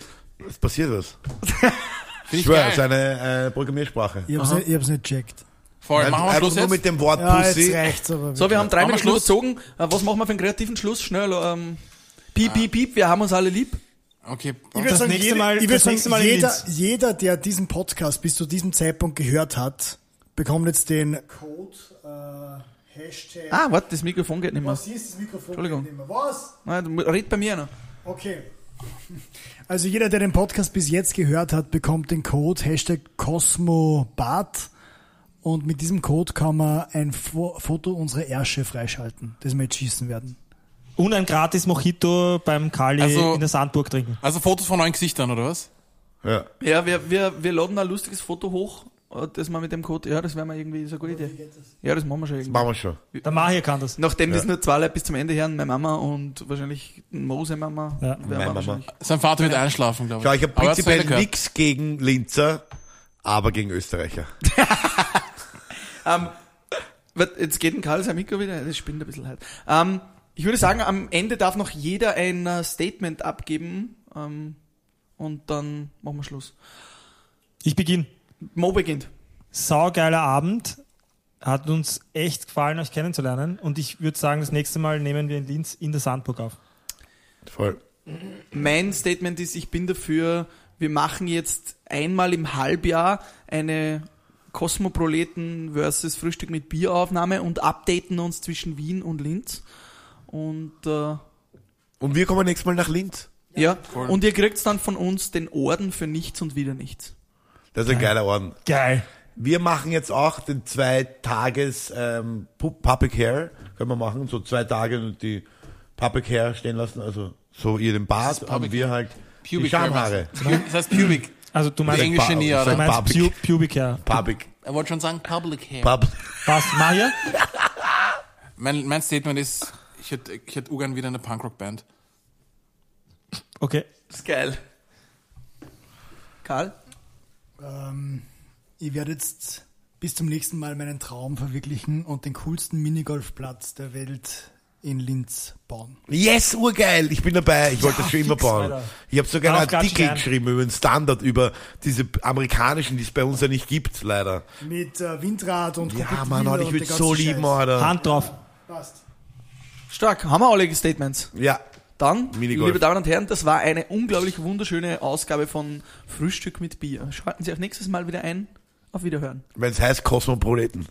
Es passiert was. Finde Ich ich schwöre, es ist geil. eine äh, Programmiersprache. Ich hab's, nicht, ich hab's nicht checkt. Voll, machen wir Einfach Schluss also nur jetzt. mit dem Wort Ja, jetzt Pussy. reicht's aber. So, wir haben drei Machen wir Minuten Schluss? überzogen. Äh, Was machen wir für einen kreativen Schluss? Schnell, ähm, piep, piep, piep, wir haben uns alle lieb. Okay. Ich würde Das sagen, nächste jeder, Mal- ich würde das sagen nächste Mal in jeder, Linz. jeder, der diesen Podcast bis zu diesem Zeitpunkt gehört hat, bekommt jetzt den Code äh, Hashtag. Ah, warte, das Mikrofon geht nicht mehr. was ist das Mikrofon? Entschuldigung. Nicht mehr. Was? Nein, du mu- red bei mir noch. Okay. [LAUGHS] Also jeder, der den Podcast bis jetzt gehört hat, bekommt den Code Hashtag CosmoBad und mit diesem Code kann man ein Fo Foto unserer Ärsche freischalten, das wir jetzt schießen werden. Und ein gratis Mojito beim Kali Also- in der Sandburg trinken. Also Fotos von neuen Gesichtern, oder was? Ja. Ja, wir, wir, wir laden ein lustiges Foto hoch, äh, das wir mit dem Code. Ja, das wäre mal irgendwie so eine gute Idee. Ja, das machen wir schon irgendwie. Machen wir schon. Der Mario kann das. Nachdem das nur zwei Leute bis zum Ende hören, meine Mama und wahrscheinlich Mose Mama. Ja. Meine Mama. Sein Vater wird einschlafen, glaube ich. Schau, ich habe Aber er hat's prinzipiell weitergehört. nichts gegen Linzer, aber gegen Österreicher. Warte, Jetzt geht ein Karl sein Mikro wieder, das spinnt ein bisschen halt. Ähm, ich würde sagen, am Ende darf noch jeder ein äh, Statement abgeben ähm, und dann machen wir Schluss. Ich beginne. Mo beginnt. Saugeiler Abend. Hat uns echt gefallen, euch kennenzulernen. Und ich würde sagen, das nächste Mal nehmen wir in Linz in der Sandburg auf. Voll. Mein Statement ist, ich bin dafür, wir machen jetzt einmal im Halbjahr eine Kosmoproleten versus Frühstück mit Bier Aufnahme und updaten uns zwischen Wien und Linz. Und äh, Und wir kommen nächstes Mal nach Linz. ja, und ihr kriegt dann von uns den Orden für nichts und wieder nichts. Das ist ein geiler Orden. Geil. Wir machen jetzt auch den zwei Tages ähm, Pu- Public Hair. Können wir machen, so zwei Tage und die Public Hair stehen lassen. Also so ihr den Bart haben Public wir halt die Pubic Hair, Schamhaare. Pu- Das heißt Pubic. Also du Der meinst, englische Bar- Nähe, das du oder? heißt meinst Pu Public. Pubic Hair. Public. Er wollte schon sagen Public Hair. Public. Passt. Mario? Mein, mein Statement ist, ich hätte ich hätt Ugan wieder eine Punkrock-Band. Okay. Das ist geil. Karl? Ähm, ich werde jetzt bis zum nächsten Mal meinen Traum verwirklichen und den coolsten Minigolfplatz der Welt in Linz bauen. Yes, urgeil, ich bin dabei. Ich wollte das schon immer bauen. Alter. Ich habe sogar einen Darauf klatsch ich Artikel ein. geschrieben über den Standard, über diese amerikanischen, die es bei uns ja nicht gibt, leider. Mit äh, Windrad und Ja, Krokodile Mann, Alter, ich und würde der so ganze lieben, Scheiß. Alter. Hand drauf. Passt. Stark, haben wir alle Statements. Ja, Dann, Minigolf. liebe Damen und Herren, das war eine unglaublich wunderschöne Ausgabe von Frühstück mit Bier. Schalten Sie auch nächstes Mal wieder ein. Auf Wiederhören. wenn es heißt Kosmopoliten.